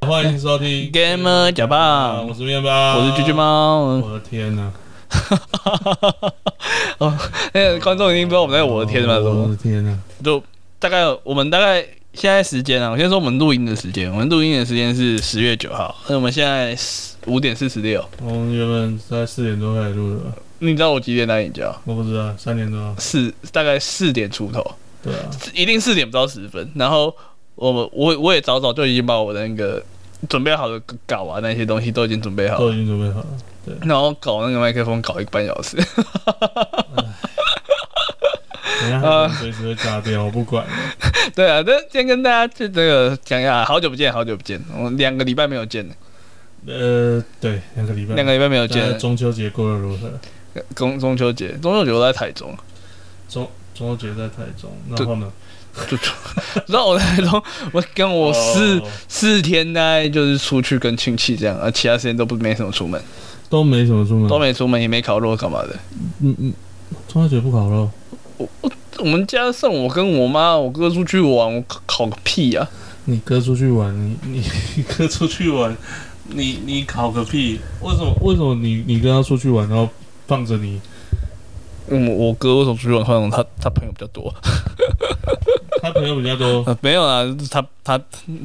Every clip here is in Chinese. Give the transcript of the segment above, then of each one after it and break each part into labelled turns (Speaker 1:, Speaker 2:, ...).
Speaker 1: 欢迎收听
Speaker 2: Gamer 假
Speaker 1: 啊，
Speaker 2: 棒
Speaker 1: 我，是面包，
Speaker 2: 我是橘橘。猫。
Speaker 1: 我的天啊哪！
Speaker 2: 哦，那个观众已经不知道我们在哎我的天啊了，怎
Speaker 1: 哦我的
Speaker 2: 么
Speaker 1: 天啊哪！
Speaker 2: 就大概我们大概现在时间啊，我先说我们录音的时间，我们录音的时间是十月九号，那我们现在五点四十六，
Speaker 1: 我们原本在四点多开始录的吧，
Speaker 2: 你知道我几点来你家？
Speaker 1: 我不知道三点多。啊
Speaker 2: 四大概四点出头，
Speaker 1: 对啊，
Speaker 2: 一定四点不到十分。然后我们我我也早早就已经把我的那个准备好的稿啊那些东西都已经准备好
Speaker 1: 都
Speaker 2: 了，
Speaker 1: 已经准备好了。
Speaker 2: 然后搞那个麦克风搞一个半小时。
Speaker 1: 等一下
Speaker 2: 啊
Speaker 1: 可能随时会炸掉，我不管。
Speaker 2: 对啊，那先跟大家就这个讲一下，好久不见，好久不见，我两个礼拜没有见了，
Speaker 1: 呃，对，两个礼拜，
Speaker 2: 两个礼拜没有
Speaker 1: 大家
Speaker 2: 见。
Speaker 1: 中秋节过得如何？
Speaker 2: 中中秋节，中秋节我在台中，啊
Speaker 1: 中中秋节在台中，然后呢？
Speaker 2: 就 然后我在台中，我跟我四、
Speaker 1: 哦
Speaker 2: 四天大概就是出去跟亲戚这样，而其他时间都不没什么出门，
Speaker 1: 都没什么出门，
Speaker 2: 都没出门，也没烤肉干嘛的。
Speaker 1: 嗯嗯，中秋节不烤肉，
Speaker 2: 我们家剩我跟我妈、我哥出去玩，我烤烤个屁啊！
Speaker 1: 你哥出去玩，你你你哥出去玩，你你烤个屁！为什么为什么你你跟他出去玩，然后放着你？
Speaker 2: 嗯，我哥为什么出去玩？可能他他朋友比较多。
Speaker 1: 他朋友比较多，
Speaker 2: 呃，没有啊，就是他他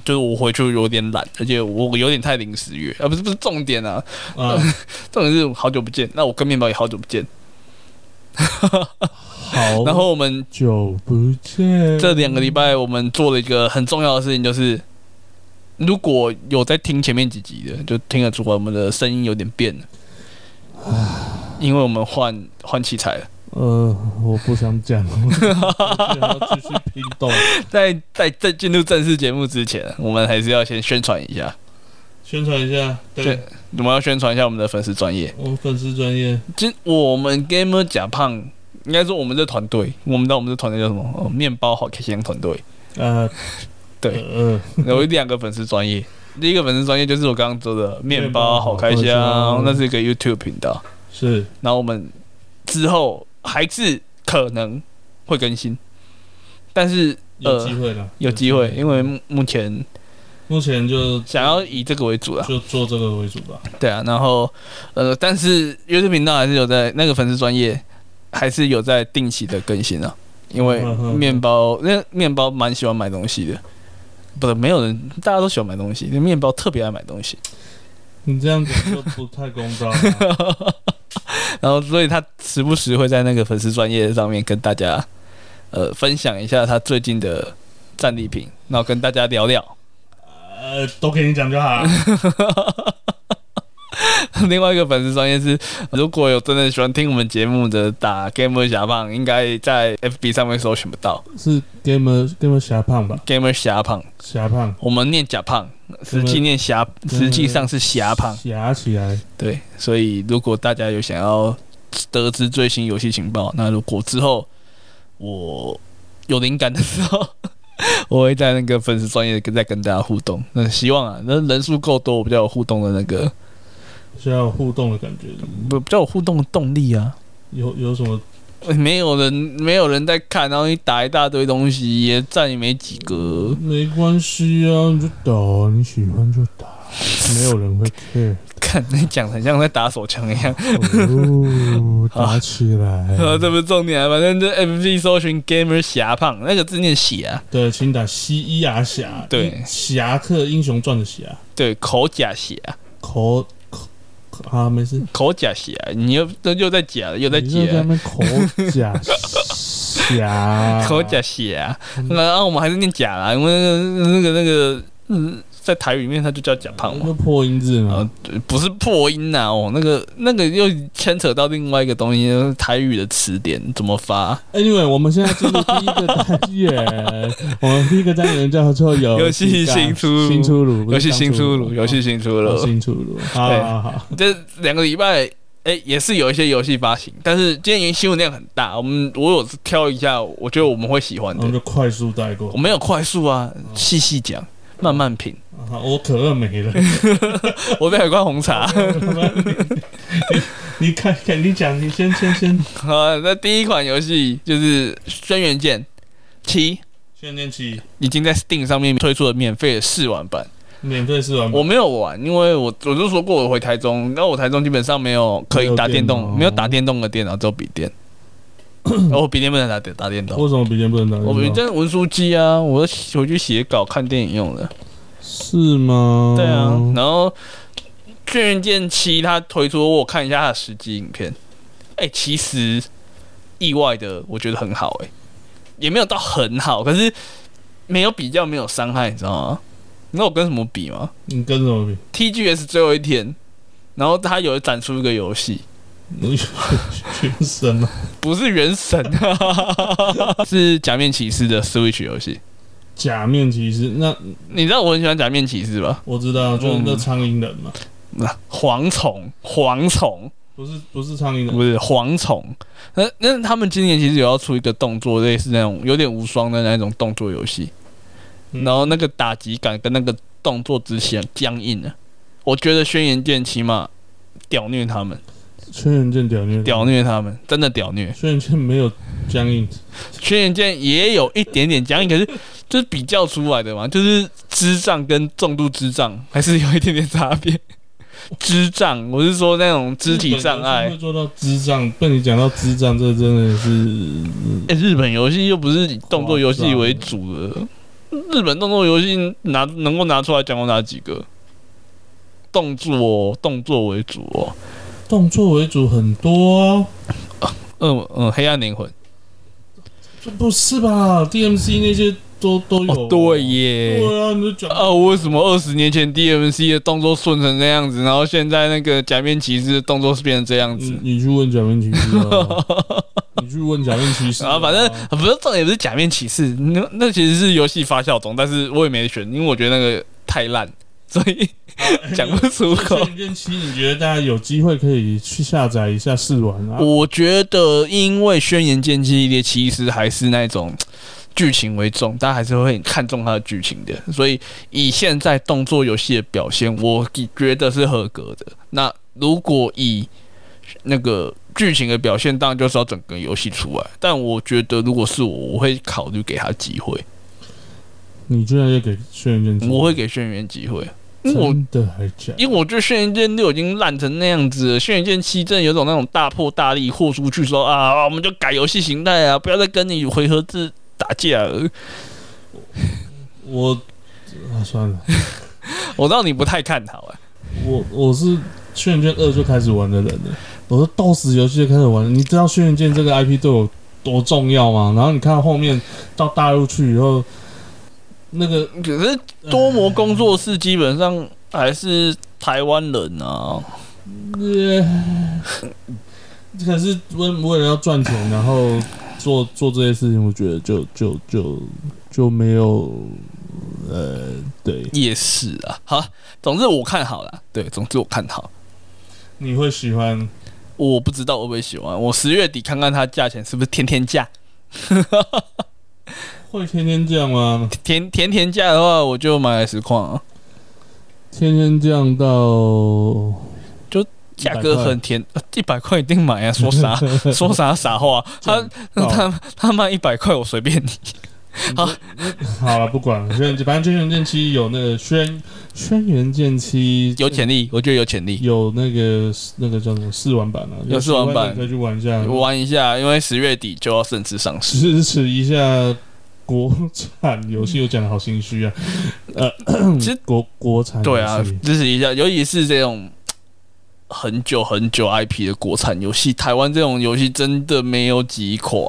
Speaker 2: 就是我回去有点懒，而且我有点太临时约啊，不是不是重点啊，
Speaker 1: 啊，
Speaker 2: 重点是好久不见，那我跟面包也好久不见，
Speaker 1: 好，
Speaker 2: 然后我们
Speaker 1: 久不见，
Speaker 2: 这两个礼拜我们做了一个很重要的事情，就是如果有在听前面几集的，就听得出来我们的声音有点变了，因为我们换换器材了，
Speaker 1: 呃，我不想讲，我想要继续拼斗，
Speaker 2: 在在在进入正式节目之前，我们还是要先宣传一下，
Speaker 1: 宣传一下，对
Speaker 2: 对，我们要宣传一下我们的粉丝专业。
Speaker 1: 我们粉丝专业
Speaker 2: 今我们 Gamer 假胖，应该说我们这团队，我们知道我们这团队叫什么？哦，面包好开心团队。
Speaker 1: 啊，
Speaker 2: 对
Speaker 1: 呃，
Speaker 2: 有两个粉丝专业，第一个粉丝专业就是我刚刚说的面包好开
Speaker 1: 面包好开
Speaker 2: 箱，
Speaker 1: 箱
Speaker 2: 那是一个 YouTube 频道。
Speaker 1: 是
Speaker 2: 然后我们之后还是可能会更新，但是
Speaker 1: 有
Speaker 2: 呃
Speaker 1: 机会了，
Speaker 2: 有机会，因为目目前
Speaker 1: 目前就
Speaker 2: 想要以这个为主啦。
Speaker 1: 就做这个为主吧，
Speaker 2: 对啊，然后呃，但是 YouTube 频道还是有在那个粉丝专业，还是有在定期的更新啊。因为
Speaker 1: 嗯哼
Speaker 2: 面包，那面包蛮喜欢买东西的，不是没有人，大家都喜欢买东西，那面包特别爱买东西，
Speaker 1: 你这样子就不太公道了。
Speaker 2: 然后所以他时不时会在那个粉丝专业上面跟大家呃分享一下他最近的战利品，然后跟大家聊聊。
Speaker 1: 呃，都给你讲就好了。
Speaker 2: 另外一个粉丝专业是，如果有真的喜欢听我们节目的，打 Gamer 侠棒，应该在 FB 上面搜寻不到
Speaker 1: 是 gamer gamer 侠胖吧？
Speaker 2: Gamer 侠胖，
Speaker 1: 侠胖，
Speaker 2: 我们念假胖，实际念侠，实际上是侠胖。
Speaker 1: 侠起来。
Speaker 2: 对，所以如果大家有想要得知最新游戏情报，那如果之后我有灵感的时候， 我会在那个粉丝专业跟再跟大家互动。那希望啊，那人数够多，我比较有互动的那个，
Speaker 1: 需要有互动的感觉的，
Speaker 2: 不比较有互动的动力啊。
Speaker 1: 有有什么？
Speaker 2: 没有人，没有人在看，然后你打一大堆东西，也赞也没几个。
Speaker 1: 没关系啊，你就打，你喜欢就打，没有人会 care
Speaker 2: 看你讲的像在打手枪一 样，
Speaker 1: 哦。打起
Speaker 2: 呃，
Speaker 1: 来，
Speaker 2: 这不是重点啊，反正这 FB 搜寻 Gamer 侠胖，那个字念啊侠，
Speaker 1: 对，请打西伊亚侠，
Speaker 2: 对
Speaker 1: 侠客英雄传的侠，
Speaker 2: 对，口甲啊侠，
Speaker 1: 口口啊，没事，
Speaker 2: 口甲侠，你又这又在假了，又在啊
Speaker 1: 你就在那
Speaker 2: 假，
Speaker 1: 边口 甲侠，
Speaker 2: 口甲侠，然啊后我们还是念假啦，因为那个那个那个，嗯，在台语里面它就叫假胖嘛。
Speaker 1: 那破音字嘛
Speaker 2: 啊，，对不是破音呐、哦，那个那个又牵扯到另外一个东西，就是台语的词典怎么发？
Speaker 1: Anyway，我们现在进入第一个单元，我们第一个单元叫做有
Speaker 2: 游戏新出
Speaker 1: 新出炉，不
Speaker 2: 游
Speaker 1: 是
Speaker 2: 戏新出炉，游戏新
Speaker 1: 刚出
Speaker 2: 出
Speaker 1: 炉哦
Speaker 2: 炉。
Speaker 1: 新出炉。好
Speaker 2: 对
Speaker 1: 好好，
Speaker 2: 这两个礼拜，哎、也是有一些游戏发行，但是今天新闻量很大，我们我有挑一下，我觉得我们会喜欢
Speaker 1: 我们
Speaker 2: 的。
Speaker 1: 就快速带
Speaker 2: 我
Speaker 1: 过。
Speaker 2: 没有快速啊，细细讲，慢慢品。
Speaker 1: 啊好，我可乐没了，
Speaker 2: 我被海关红茶。
Speaker 1: 你你看看，你讲，你先先先。
Speaker 2: 好啊，那第一款游戏就是《轩辕剑七》，
Speaker 1: 现在念起，
Speaker 2: 已经在 Steam 上面推出了免费的试玩版。
Speaker 1: 免费试玩版
Speaker 2: 我没有玩，因为我我就说过我回台中，那我台中基本上没有可以打
Speaker 1: 没有
Speaker 2: 电
Speaker 1: 电
Speaker 2: 动，
Speaker 1: 脑
Speaker 2: 没有打电动的电脑，只有笔电。哦，笔电不能打电打电动，
Speaker 1: 为什么笔电不能打电
Speaker 2: 我
Speaker 1: 脑？
Speaker 2: 笔电文书机啊，我回去写稿看电影用的。
Speaker 1: 是吗？
Speaker 2: 对啊，
Speaker 1: 嗯
Speaker 2: 然后《轩辕剑七》它推出，我有看一下它的实际影片，哎、其实意外的我觉得很好、哎，也没有到很好，可是没有比较，没有伤害，你知道吗？你知道我跟什么比吗
Speaker 1: 你跟什么比？
Speaker 2: ？TGS 最后一天，然后它有展出一个游戏，
Speaker 1: 你全神啊！
Speaker 2: 不是《原神》 啊，是《假面骑士》的 Switch 游戏。
Speaker 1: 假面骑士，那
Speaker 2: 你知道我很喜欢《假面骑士》吧？
Speaker 1: 我知道，就是那
Speaker 2: 嗯
Speaker 1: 苍蝇人嘛，
Speaker 2: 那蝗虫，蝗虫。
Speaker 1: 不是不是苍蝇人，
Speaker 2: 不是蝗虫。那那他们今年其实有要出一个动作，类似那种有点无双的那种动作游戏，
Speaker 1: 嗯
Speaker 2: 然后那个打击感跟那个动作之前僵硬了。我觉得《轩辕剑》起码屌虐他们，
Speaker 1: 轩辕剑屌虐，
Speaker 2: 屌虐他们，真的屌虐。
Speaker 1: 轩辕剑没有僵硬，
Speaker 2: 《轩辕剑》也有一点点僵硬，可是就是比较出来的嘛，就是智障跟重度智障还是有一点点差别。智障，我是说那种肢体障碍
Speaker 1: 日本游戏。会做到智障，被你讲到智障，这真的是
Speaker 2: 欸、日本游戏又不是以动作游戏为主的，日本动作游戏拿能够拿出来讲过哪几个？动作哦、动作为主哦。
Speaker 1: 动作为主很多、啊，
Speaker 2: 嗯嗯，黑暗灵魂
Speaker 1: 这不是吧？DMC 那些都都有、
Speaker 2: 哦，对耶。
Speaker 1: 对啊，你就讲、
Speaker 2: 啊，为什么二十年前 DMC 的动作顺成那样子，然后现在那个假面骑士的动作是变成这样子
Speaker 1: 你？你去问假面骑士 啊，你去问假面骑士
Speaker 2: 啊，反正啊不是重点，不是假面骑士，那那其实是游戏发酵中，但是我也没选，因为我觉得那个太烂，所以
Speaker 1: 哎
Speaker 2: 讲不出口。
Speaker 1: 轩辕剑七，你觉得大家有机会可以去下载一下试玩啊？
Speaker 2: 我觉得，因为《轩辕剑系列》其实还是那种剧情为重，大家还是会很看重它的剧情的。所以以现在动作游戏的表现，我觉得是合格的。那如果以那个剧情的表现，当然就是要整个游戏出来。但我觉得，如果是我，我会考虑给他机会，
Speaker 1: 你居然要给轩辕剑七，
Speaker 2: 我会给轩辕机会。因为我
Speaker 1: 真的还假？
Speaker 2: 因为我觉得《轩辕剑六》已经烂成那样子了，《轩辕剑七》真的有种那种大破大立，豁出去说啊，啊我们就改游戏形态啊，不要再跟你回合制打架了。
Speaker 1: 我啊算了，
Speaker 2: 我知道你不太看好啊，
Speaker 1: 我我是轩辕剑二就开始玩的人了，我是 DOS 游戏就开始玩了。你知道轩辕剑这个 IP 对我多重要吗？然后你看后面到大陆去以后，那个
Speaker 2: 可是多模工作室基本上还是台湾人啊，
Speaker 1: 呃，可是为为了要赚钱，然后做做这些事情，我觉得就就就就没有呃，对，
Speaker 2: 也是啊。好，总之我看好了，对，总之我看好。
Speaker 1: 你会喜欢
Speaker 2: 我不知道我会不会喜欢，我十月底看看它价钱是不是天天价，
Speaker 1: 会天天这样吗？
Speaker 2: 天天天价的话我就买来实况啊，
Speaker 1: 天天这样到
Speaker 2: 价格
Speaker 1: 100块
Speaker 2: 很甜，呃一百块一定买 啊，说啥？说啥傻 话？他
Speaker 1: 到
Speaker 2: 他他卖一百块，我随便你。好
Speaker 1: 好了，不管了，轩辕反正轩辕剑七有那个轩轩辕剑七
Speaker 2: 有潜力，我觉得有潜力，
Speaker 1: 有那个那个叫什么试玩版啊，
Speaker 2: 有试玩版
Speaker 1: 喜欢的可以去玩一下，
Speaker 2: 我玩一下，因为十月底就要正式上市。
Speaker 1: 支持一下国产游戏，我讲的好心虚啊。呃，
Speaker 2: 其实
Speaker 1: 国国产游戏
Speaker 2: 对啊，支持一下，尤其是这种嘖很久很久 IP 的国产游戏，台湾这种游戏真的没有几款。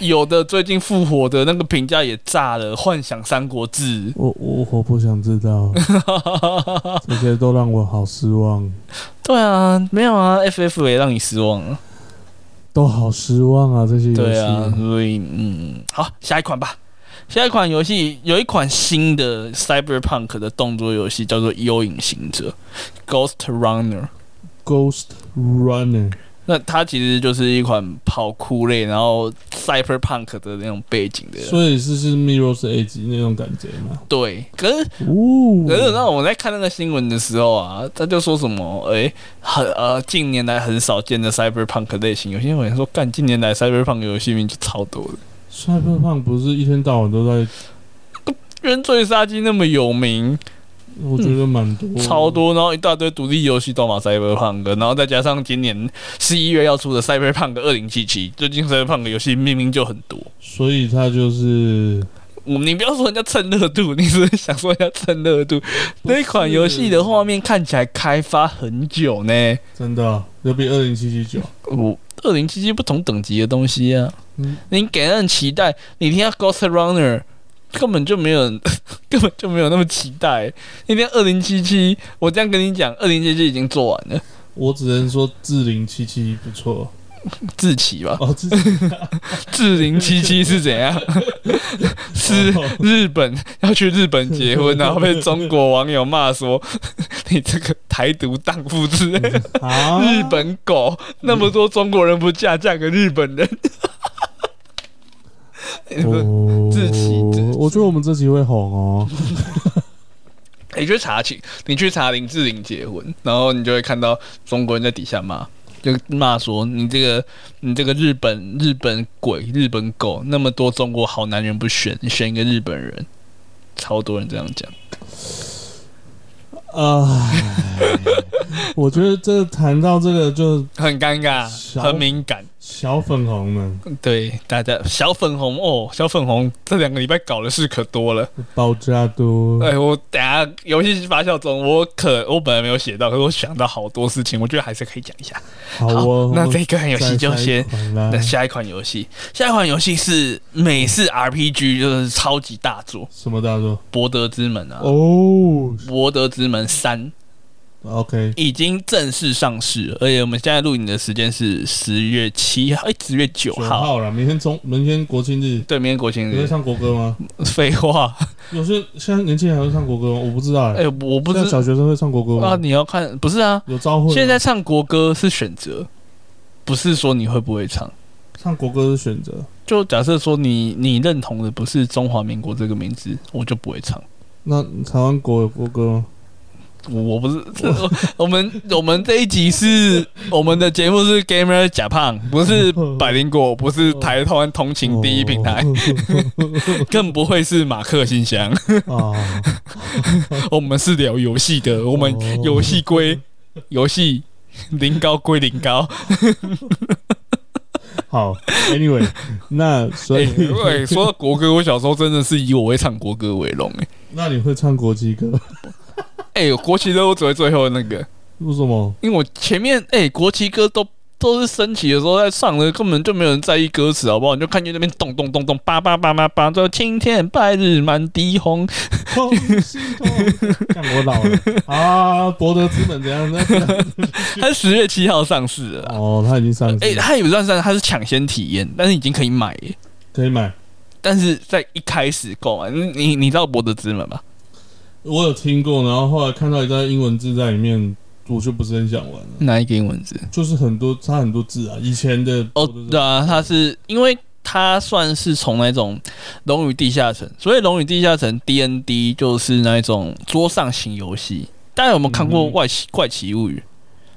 Speaker 2: 有的最近复活的那个评价也炸了，《幻想三国志
Speaker 1: 我我我不想知道，》这些都让我好失望，
Speaker 2: 对啊，没有啊，FF 也让你失望啊。
Speaker 1: 都好失望啊！这些游戏，
Speaker 2: 对啊，所以嗯，好，下一款吧。下一款游戏有一款新的 Cyberpunk 的动作游戏，叫做《幽影行者》（Ghost Runner）。
Speaker 1: Ghost Runner》
Speaker 2: 那它其实就是一款跑酷类，然后 Cyberpunk 的那种背景的。
Speaker 1: 所以是是 Mirror's Edge 那种感觉嘛？
Speaker 2: 对，可是
Speaker 1: 哦，
Speaker 2: 可是那我在看那个新闻的时候啊，他就说什么，诶，很呃，近年来很少见的 Cyberpunk 类型游戏。我想说，干，近年来 Cyberpunk 游戏名就超多的。
Speaker 1: 帅胖胖不是一天到晚都在
Speaker 2: 人罪杀机那么有名，
Speaker 1: 我觉得蛮多、
Speaker 2: 嗯超。多，然后一大堆独立游戏都嘛 Cyberpunk，然后再加上今年十一月要出的 Cyberpunk 二零七七，最近 Cyberpunk 游戏明明就很多。
Speaker 1: 所以他就是
Speaker 2: 我你不要说人家蹭热度，你是想说人家蹭热度？那一款游戏的画面看起来开发很久呢。
Speaker 1: 真的啊要比二零七七九，
Speaker 2: 我二零七七不同等级的东西啊，
Speaker 1: 嗯
Speaker 2: 你给人期待，你听到 Ghost Runner 根本就没有 人，根本就没有那么期待。那天二零七七，我这样跟你讲，二零七七已经做完了，
Speaker 1: 我只能说志零七七不 错
Speaker 2: 自起吧，
Speaker 1: 哦，志
Speaker 2: 志零七七是怎样？是
Speaker 1: 哦
Speaker 2: 日本要去日本结婚，然后被中国网友骂说 你这个台独荡妇之类的，
Speaker 1: 啊，
Speaker 2: 日本狗，那么多中国人不嫁，嫁给日本人。
Speaker 1: 哦
Speaker 2: 自欺自欺
Speaker 1: 我觉得我们这期会红哦，
Speaker 2: 你去查情，你去查林志玲结婚，然后你就会看到中国人在底下骂，就骂说你这个你这个日本日本鬼日本狗，那么多中国好男人不选，你选一个日本人，超多人这样讲。
Speaker 1: 啊，我觉得这谈到这个就
Speaker 2: 很尴尬，
Speaker 1: 小
Speaker 2: 很敏感。
Speaker 1: 小粉红们
Speaker 2: 对大家，小粉红哦，小粉红这两个礼拜搞的事可多了。
Speaker 1: 爆炸多，
Speaker 2: 哎，我等下游戏发酵中，我可我本来没有写到，可是我想到好多事情，我觉得还是可以讲一下。
Speaker 1: 好哦，
Speaker 2: 那这个游戏就先
Speaker 1: 再下一款啦
Speaker 2: 那下一款游戏，下一款游戏是美式 RPG，就是超级大作《
Speaker 1: 什么大作？
Speaker 2: 博德之门》啊，
Speaker 1: 哦
Speaker 2: 《博德之门三》
Speaker 1: ，OK，
Speaker 2: 已经正式上市了，而且我们现在录影的时间是十月七号，哎，十月九
Speaker 1: 九
Speaker 2: 号，
Speaker 1: 号了，明天中，明天国庆日，
Speaker 2: 对，明天国庆
Speaker 1: 你会
Speaker 2: 日。
Speaker 1: 唱国歌吗？
Speaker 2: 废话，
Speaker 1: 有些现在年轻人还会唱国歌吗？我不知道、
Speaker 2: 哎、
Speaker 1: 欸，
Speaker 2: 我不
Speaker 1: 现在
Speaker 2: 知
Speaker 1: 小学生会唱国歌
Speaker 2: 啊，
Speaker 1: 吗？
Speaker 2: 你要看不是啊？
Speaker 1: 有招哦会吗？
Speaker 2: 现在唱国歌是选择，不是说你会不会唱。
Speaker 1: 唱国歌是选择，
Speaker 2: 就假设说你你认同的不是中华民国这个名字，我就不会唱。
Speaker 1: 那台湾国有国歌 吗？
Speaker 2: 我我不是，这我我们我们这一集是我们的节目是 Gamer 假胖，不是百灵果，不是台湾通勤第一平台， 更不会是马克信箱。
Speaker 1: 哦啊，
Speaker 2: 我们是聊游戏的，我们
Speaker 1: 哦
Speaker 2: 游戏归游戏，零高归零高。
Speaker 1: 好，Anyway，那所以、
Speaker 2: 欸喂说到国歌，我小时候真的是以我会唱国歌为荣、欸。
Speaker 1: 那你会唱国际歌？
Speaker 2: 哎、国旗歌我只会最后那个，
Speaker 1: 为什 么？
Speaker 2: 因为我前面哎、国旗歌都都是升旗的时候在唱的，根本就没有人在意歌词，好不好？你就看见那边咚咚咚咚叭叭叭叭叭，最后青天白日满地红，
Speaker 1: 痛心痛，看我老了啊！博德资本怎样？那
Speaker 2: 它十月七号上市了啊。
Speaker 1: 哦，他已经上市，
Speaker 2: 哎、它也不算上，它是抢先体验，但是已经可以买耶。
Speaker 1: 可以买。
Speaker 2: 但是在一开始购买，你你你知道博德之门吧？
Speaker 1: 我有听过，然后后来看到一段英文字在里面，我就不是很想玩了。
Speaker 2: 哪一个英文字？
Speaker 1: 就是很多，它很多字啊，以前的博
Speaker 2: 哦
Speaker 1: 德，
Speaker 2: 对啊，它是因为它算是从那种《龙与地下城》，所以《龙与地下城》D N D 就是那一种桌上型游戏。大家有没有看过
Speaker 1: 嗯
Speaker 2: 《怪奇怪奇物语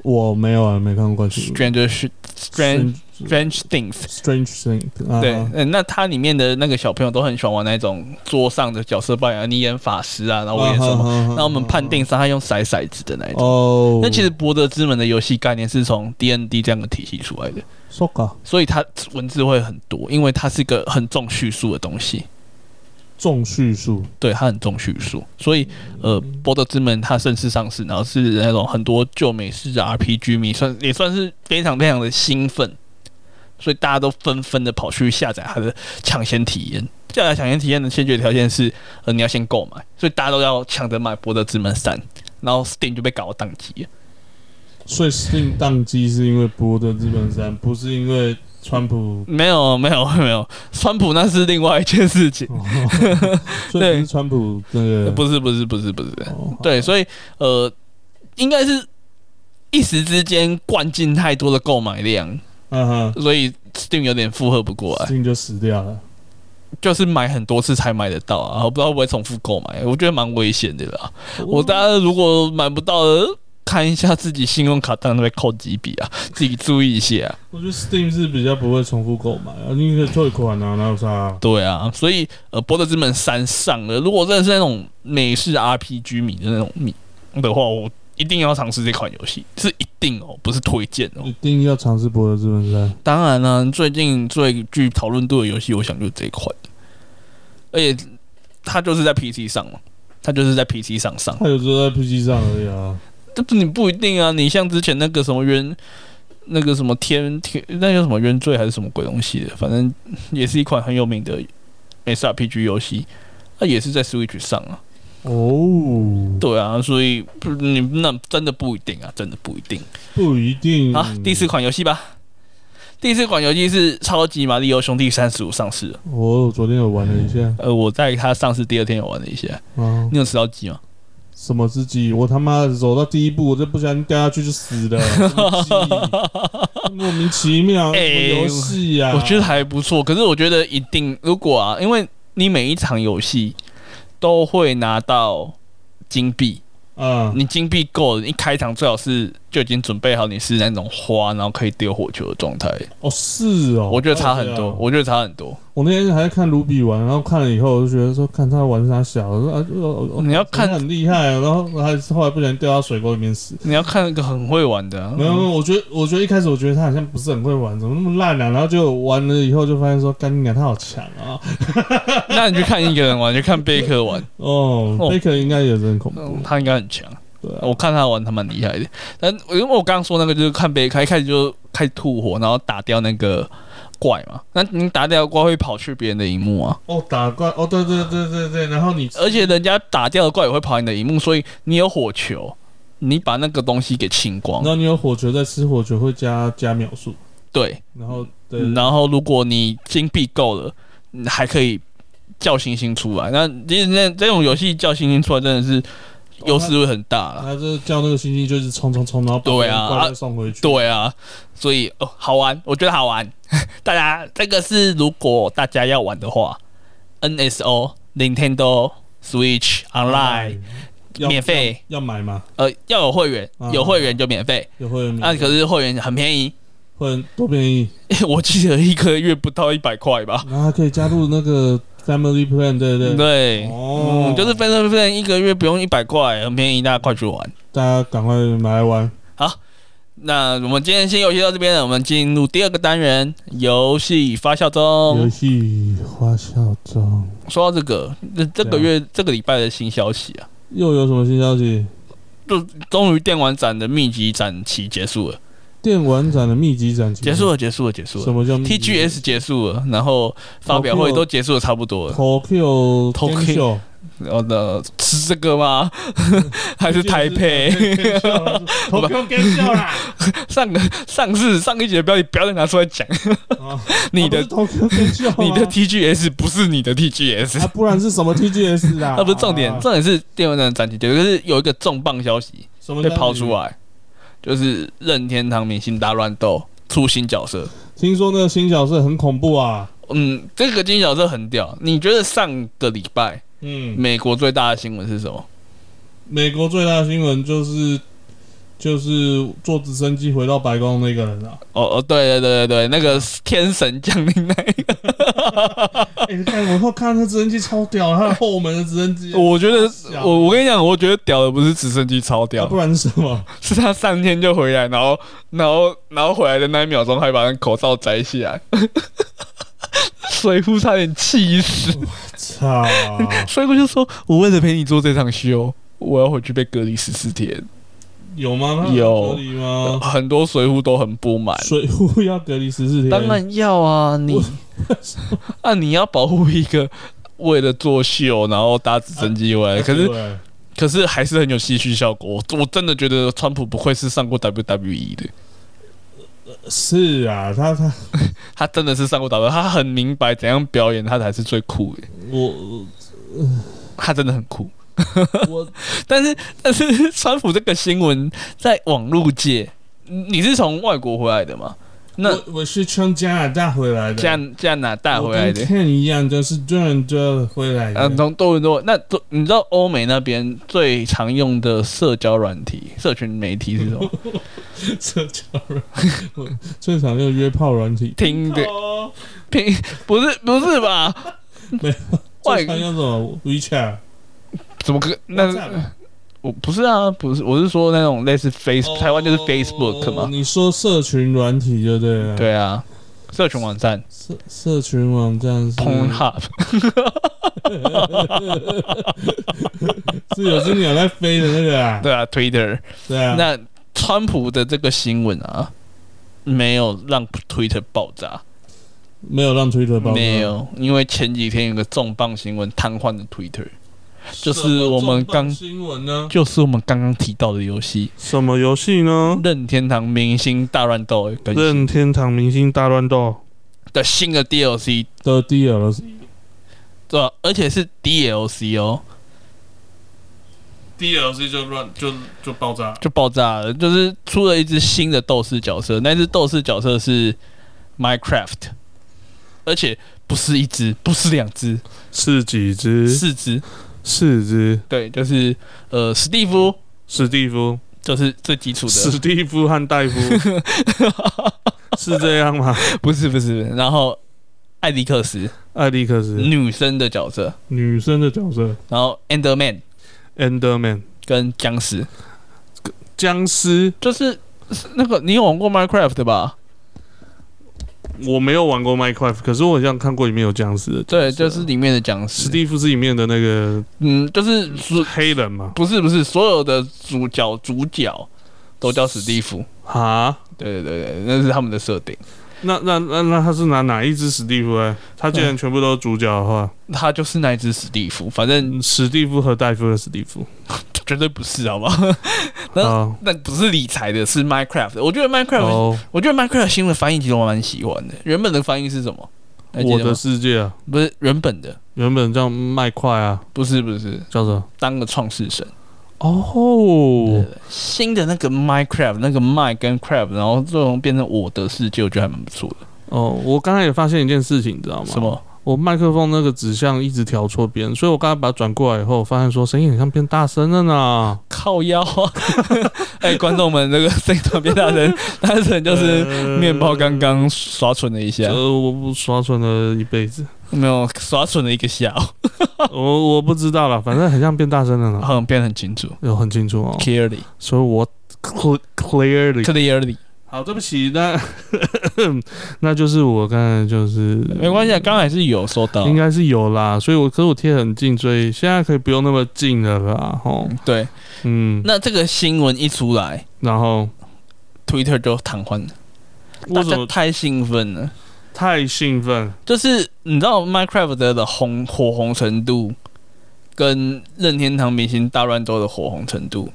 Speaker 1: 我没有啊，没看过《怪》奇物语
Speaker 2: （Stranger Shi- Strange Strange Things）？
Speaker 1: Strange Thing 啊，
Speaker 2: 对，嗯，那它里面的那个小朋友都很喜欢玩那种桌上的角色扮演，你演法师啊，然后我演什么，
Speaker 1: 么
Speaker 2: 然后我们判定伤害用骰骰子的那一种。
Speaker 1: 啊哦，
Speaker 2: 那其实《博德之门》的游戏概念是从 D N D 这样的体系出来的，
Speaker 1: so a
Speaker 2: 所以它文字会很多，因为它是一个很重叙述的东西。
Speaker 1: 重叙述，
Speaker 2: 对，它很重叙述，所以呃，《博德之门》它正式上市，然后是那种很多旧美式的 RPG 迷算也算是非常非常的兴奋，所以大家都纷纷的跑去下载它的抢先体验。下载抢先体验的先决条件是，呃，你要先购买，所以大家都要抢着买《博德之门三》，然后 Steam 就被搞到宕机了。
Speaker 1: 所以 Steam 宕机是因为博德资本三，不是因为川普。
Speaker 2: 没有，没有，没有，川普那是另外一件事情，
Speaker 1: 哦所以不是川普那个
Speaker 2: 不是，不是，不是，不是，
Speaker 1: 哦好
Speaker 2: 对，所以呃，应该是一时之间灌进太多的购买量，
Speaker 1: 嗯哼
Speaker 2: 所以 Steam 有点负荷不过来，
Speaker 1: ，Steam 就死掉了。
Speaker 2: 就是买很多次才买得到
Speaker 1: 哦
Speaker 2: 啊，我不知道会不会重复购买，我觉得蛮危险的啦。我大家如果买不到的，看一下自己信用卡账单被扣几笔啊，自己注意一下、啊。
Speaker 1: 我觉得 Steam 是比较不会重复购买，啊，你可以退款啊，哪有啥、
Speaker 2: 对啊，所以呃，《博德之门三》上了，如果真的是那种美式 RPG 迷的那种迷的话，我一定要尝试这款游戏，是一定哦，不是推荐哦
Speaker 1: 一。定要尝试《博德之门三》。
Speaker 2: 当然呢、最近最具讨论度的游戏，我想就是这一款，而且它就是在 PC 上嘛，它就是在 PC 上上，
Speaker 1: 它有时候在 PC 上而已啊。
Speaker 2: 这不你不一定啊。你像之前那个什么冤，那个什么天天，那叫什么冤罪还是什么鬼东西的，反正也是一款很有名的美式 RPG 游戏，它也是在 Switch 上啊。
Speaker 1: 哦，
Speaker 2: 对啊，所以不你那真的不一定啊，真的不一定。
Speaker 1: 不一定
Speaker 2: 好，啊第四款游戏吧。第四款游戏是《超级马里奥兄弟三十五》上市了，
Speaker 1: 我昨天有玩了一下
Speaker 2: 呃，我在它上市第二天有玩了一下。
Speaker 1: 啊，
Speaker 2: 你有吃到鸡吗？
Speaker 1: 什么之鸡？我他妈的走到第一步，我就不小心掉下去就死 了，什么鸡莫名其妙，
Speaker 2: 哎
Speaker 1: 什么游戏啊呀？
Speaker 2: 我觉得还不错，可是我觉得一定如果啊，因为你每一场游戏都会拿到金币，
Speaker 1: 啊，
Speaker 2: 你金币够了，你一开场最好是就已经准备好你是那种花，然后可以丢火球的状态。
Speaker 1: 哦是哦，
Speaker 2: 我觉得差很多，
Speaker 1: 哦
Speaker 2: 我觉得差很多。
Speaker 1: 我那天还在看卢比玩，然后看了以后，我就觉得说，看他玩啥小，我说啊，哦哦
Speaker 2: 你要看
Speaker 1: 真的很厉害，啊然后还是后来不小心掉到水沟里面死。
Speaker 2: 你要看一个很会玩的啊、
Speaker 1: 没有，没有，我觉得，我觉得一开始我觉得他好像不是很会玩，怎么那么烂啊？然后就玩了以后就发现说，干你娘，他好强啊！
Speaker 2: 那你去看一个人玩，就看贝克玩，
Speaker 1: 哦
Speaker 2: 哦
Speaker 1: 贝克应该也是很恐怖，
Speaker 2: 嗯他应该很强。
Speaker 1: 对啊，
Speaker 2: 我看他玩，他蛮厉害的。但因为我刚刚说那个，就是看贝克一开始就开始吐火，然后打掉那个怪嘛。那你打掉怪会跑去别人的荧幕啊，
Speaker 1: 哦，打怪，哦，对对对对对，然后你
Speaker 2: 而且人家打掉的怪也会跑你的荧幕，所以你有火球，你把那个东西给清光
Speaker 1: 然。后你有火球在吃火球会加加秒数，
Speaker 2: 对，
Speaker 1: 然后对，
Speaker 2: 然后如果你金币够了，你还可以叫星星出来。那其实那这种游戏叫星星出来真的是优势会很大啦。
Speaker 1: 他就叫那个星星就是冲冲冲，然后把
Speaker 2: 对啊
Speaker 1: 怪再送回去，
Speaker 2: 对啊，所以哦，好玩，我觉得好玩。 大家这个是如果大家要玩的话，NSO、Nintendo Switch
Speaker 1: 啊
Speaker 2: Online
Speaker 1: 要
Speaker 2: 免费，
Speaker 1: 要买吗？
Speaker 2: 呃，要有会员
Speaker 1: 啊，
Speaker 2: 有会员就免费。
Speaker 1: 有会员
Speaker 2: 那、
Speaker 1: 免费
Speaker 2: 可是会员很便宜，
Speaker 1: 会多便宜，
Speaker 2: 我记得一个月不到一百块吧。
Speaker 1: 然后还可以加入那个 Family Plan，对不对？
Speaker 2: 对，
Speaker 1: 哦
Speaker 2: 嗯，就是分分分一个月不用一百块，很便宜，大家快去玩。
Speaker 1: 大家赶快买来玩。
Speaker 2: 那我们今天先游戏到这边了，我们进入第二个单元——游戏发酵中
Speaker 1: 游。戏花笑中
Speaker 2: 说到这个，这这个
Speaker 1: 对啊
Speaker 2: 月、这个礼拜的新消息啊，
Speaker 1: 又有什么新消息？
Speaker 2: 就终于电玩展的密集展期结束了，
Speaker 1: 电玩展的密集展
Speaker 2: 结束了，结束了，结束
Speaker 1: 什
Speaker 2: 了。
Speaker 1: 么叫密集展
Speaker 2: TGS 结束了，然后发表会
Speaker 1: Tokyo-
Speaker 2: 都结束的差不
Speaker 1: 哦
Speaker 2: 多了。
Speaker 1: Tokyo
Speaker 2: Tokyo-
Speaker 1: Game Show
Speaker 2: 然后呢，是这个吗？ 还是台北？
Speaker 1: Tokyo Game Show 啦？
Speaker 2: 上个上次上一节标题不要再拿出来讲，
Speaker 1: 啊
Speaker 2: 你的
Speaker 1: 啊不是 Tokyo Game Show，吗
Speaker 2: 你的 TGS 不是你的 TGS，
Speaker 1: 啊不然是什么 TGS 啦？
Speaker 2: 那不是重点
Speaker 1: 啊，
Speaker 2: 重点是电玩展展期结束，可是有一个重磅消息
Speaker 1: 什么
Speaker 2: 被
Speaker 1: 消息
Speaker 2: 抛出？来，就是任天堂明星大乱斗出新角色。
Speaker 1: 听说那个新角色很恐怖啊。
Speaker 2: 嗯，这个金角色很屌。你觉得上个礼拜
Speaker 1: 嗯，
Speaker 2: 美国最大的新闻是什么？
Speaker 1: 美国最大的新闻就是就是坐直升机回到白宫那个人啊。
Speaker 2: 哦哦，对对对对对，那个天神降临那一个，
Speaker 1: 哎、你看我后看他直升机超屌，他的后门的直升机，
Speaker 2: 我觉 得
Speaker 1: 吓
Speaker 2: 我我跟你讲，我觉得屌的不是直升机超
Speaker 1: 啊、
Speaker 2: 屌
Speaker 1: 不，然是什 么？
Speaker 2: 是他三天就回来，然后然后然后回来的那一秒钟还把那口罩摘下来， 水户差点气死，
Speaker 1: 操！
Speaker 2: 水户就说：“我为了陪你做这场秀，我要回去被隔离十四天。
Speaker 1: 有吗？他
Speaker 2: 有
Speaker 1: 隔离 吗？
Speaker 2: 很多水户都很不满，
Speaker 1: 水户要隔离十四天，
Speaker 2: 当然要啊，你
Speaker 1: 我
Speaker 2: 啊，你要保护一个为了作秀然后搭直升机回来，
Speaker 3: 哎
Speaker 1: 对。
Speaker 2: 可是可是还是很有戏剧效果。我我真的觉得川普不愧是上过 WWE 的，
Speaker 1: 是啊，他他
Speaker 2: 他真的是上过 WWE，他很明白怎样表演，他才是最酷的，
Speaker 1: 我
Speaker 2: 他真的很酷。
Speaker 1: 我
Speaker 2: 但是但是川普这个新闻在网络界，你你是从外国回来的吗？那
Speaker 3: 我我是从加拿大回来的，
Speaker 2: 加加拿大回来的
Speaker 3: 我跟，Ken 一样，都是多伦多回来的。
Speaker 2: 嗯，从多伦多，那多你知道欧美那边最常用的社交软体、社群媒体是什 么？
Speaker 3: 社交软， 我最常用约炮软体。
Speaker 2: 听的
Speaker 3: 哦，
Speaker 2: 听不是不是吧？外
Speaker 3: 最常用什么？WeChat。
Speaker 2: 怎么可那
Speaker 3: WhatsApp
Speaker 2: 我不是啊，不是，我是说那种类似 Face，、台湾就是
Speaker 3: 哦
Speaker 2: Facebook 嘛，
Speaker 3: 你说社群软体就对了。，
Speaker 2: 对啊，社群网站
Speaker 3: 社社群网站是
Speaker 2: Pornhub，
Speaker 3: 嗯 是有只鸟在飞的那个啊。
Speaker 2: 对啊，Twitter，
Speaker 3: 对啊，
Speaker 2: 那川普的这个新闻啊，没有让 Twitter 爆炸，
Speaker 3: 没有让 Twitter 爆炸
Speaker 2: 没，有，因为前几天有个重磅新闻瘫痪了 Twitter，就是我们
Speaker 3: 什么重磅
Speaker 2: 刚
Speaker 3: 新闻呢？
Speaker 2: 就是我们刚刚提到的游戏
Speaker 1: 什么游戏呢？
Speaker 2: 《任天堂明星大乱斗》更
Speaker 1: 嗯
Speaker 2: 新
Speaker 1: 任天堂明星大乱斗，
Speaker 2: 的新的 DLC，
Speaker 3: 的 DLC
Speaker 2: 对吧、啊而且是 DLC 哦，
Speaker 3: DLC 就乱就就爆炸，
Speaker 2: 就爆炸了，就是出了一只新的斗士角色，那只斗士角色是 Minecraft，而且不是一只，不是两只，
Speaker 1: 是几只？
Speaker 2: 四只，
Speaker 1: 四只。
Speaker 2: 对，就是呃史蒂夫。
Speaker 1: 史蒂夫，
Speaker 2: 就是最基础的，
Speaker 1: 史蒂夫和戴夫是这样吗？
Speaker 2: 不是不是。然后艾利克斯
Speaker 1: 艾利克斯，
Speaker 2: 女生的角色，
Speaker 3: 女生的角色
Speaker 2: 然后 Enderman
Speaker 1: Enderman，
Speaker 2: 跟僵尸，
Speaker 1: 僵尸。
Speaker 2: 就是是那个你有玩过 Minecraft 吧？
Speaker 1: 我没有玩过 Minecraft，可是我好像看过里面有僵尸的。
Speaker 2: 对，就是里面的僵
Speaker 1: 啊史
Speaker 2: 尸，
Speaker 1: 蒂夫是里面的那个
Speaker 2: 嗯，就是所
Speaker 1: 黑人嘛？
Speaker 2: 不是不是所有的主角主角都叫史蒂夫，
Speaker 1: 哈，
Speaker 2: 对对对对，那是他们的设定。
Speaker 1: 那那那那他是拿哪一只史蒂夫、欸？他既然全部都是主角的话，嗯
Speaker 2: 他就是那一只史蒂夫，反正
Speaker 1: 史蒂夫和戴夫的史蒂夫
Speaker 2: 绝对不是，好不好？ 那
Speaker 1: 啊，
Speaker 2: 那不是理财的，是 Minecraft 的。我觉得 Minecraft
Speaker 1: 哦，
Speaker 2: 我觉得 Minecraft 新的翻译其实我蛮喜欢的。原本的翻译是什么？还记
Speaker 1: 我
Speaker 2: 得吗
Speaker 1: 的世界啊，
Speaker 2: 不是原本的，
Speaker 1: 原本叫麦块啊，
Speaker 2: 不是不是，
Speaker 1: 叫什么？
Speaker 2: 当个创世神。
Speaker 1: 哦，
Speaker 2: 新的那个 Minecraft 那个 Mine 跟 Crab，然后最后变成我的世界，我觉得还蛮不错的。
Speaker 1: 哦，我刚才也发现一件事情，你知道吗？
Speaker 2: 什？么？
Speaker 1: 我麦克风那个指向一直调错边，所以我刚才把它转过来以后，我发现说声音好像变大声了呢。
Speaker 2: 靠腰啊！哎、观众们，这个声音特别大声，大声就是面包刚刚耍蠢了一下，
Speaker 1: 呃，我不耍蠢了一辈子，
Speaker 2: 没有耍蠢了一个下午，
Speaker 1: 我我不知道了，反正很像变大声了呢，
Speaker 2: 好像变得很清楚
Speaker 1: 有很清楚哦，
Speaker 2: ，clearly
Speaker 1: 所以我 cl- clearly
Speaker 2: clearly。
Speaker 1: 好，对不起，那 那就是我刚才就是
Speaker 2: 没关系，啊，刚才是有收到
Speaker 1: 应，该是有啦，所以我可是我贴很近，所以现在可以不用那么近了啦，吼，
Speaker 2: 对。
Speaker 1: 嗯，
Speaker 2: 那这个新闻一出来
Speaker 1: 然后
Speaker 2: ，Twitter 就瘫痪了，
Speaker 1: 我
Speaker 2: 大
Speaker 1: 怎
Speaker 2: 家
Speaker 1: 么
Speaker 2: 太兴奋了。
Speaker 1: 太兴奋？
Speaker 2: 就是你知道 Minecraft 的红火红程度，跟任天堂明星大乱斗的火红程度，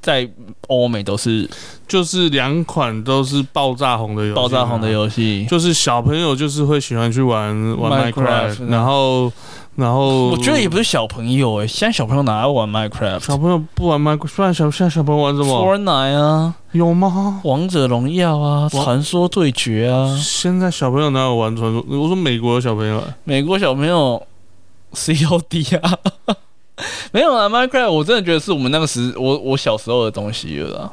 Speaker 2: 在欧美都是
Speaker 1: 就是两款都是爆炸红的游戏，啊
Speaker 2: 爆炸红的游戏。
Speaker 1: 就是小朋友就是会喜欢去玩玩
Speaker 2: Minecraft，啊
Speaker 1: Minecraft，然后然后
Speaker 2: 我觉得也不是小朋友诶、现在小朋友哪爱玩
Speaker 1: 小
Speaker 2: Minecraft？
Speaker 1: 朋友不玩 Minecraft，虽然小现在小朋友玩什么？
Speaker 2: Fortnite 啊，
Speaker 1: 有吗？
Speaker 2: 王者荣耀啊，
Speaker 1: 王
Speaker 2: 传说对决啊，
Speaker 1: 现在小朋友哪有玩传说？我说美国的小朋友欸，
Speaker 2: 美国小朋友 COD 啊， 没有啊，Minecraft 我真的觉得是我们那个时我我小时候的东西了啦。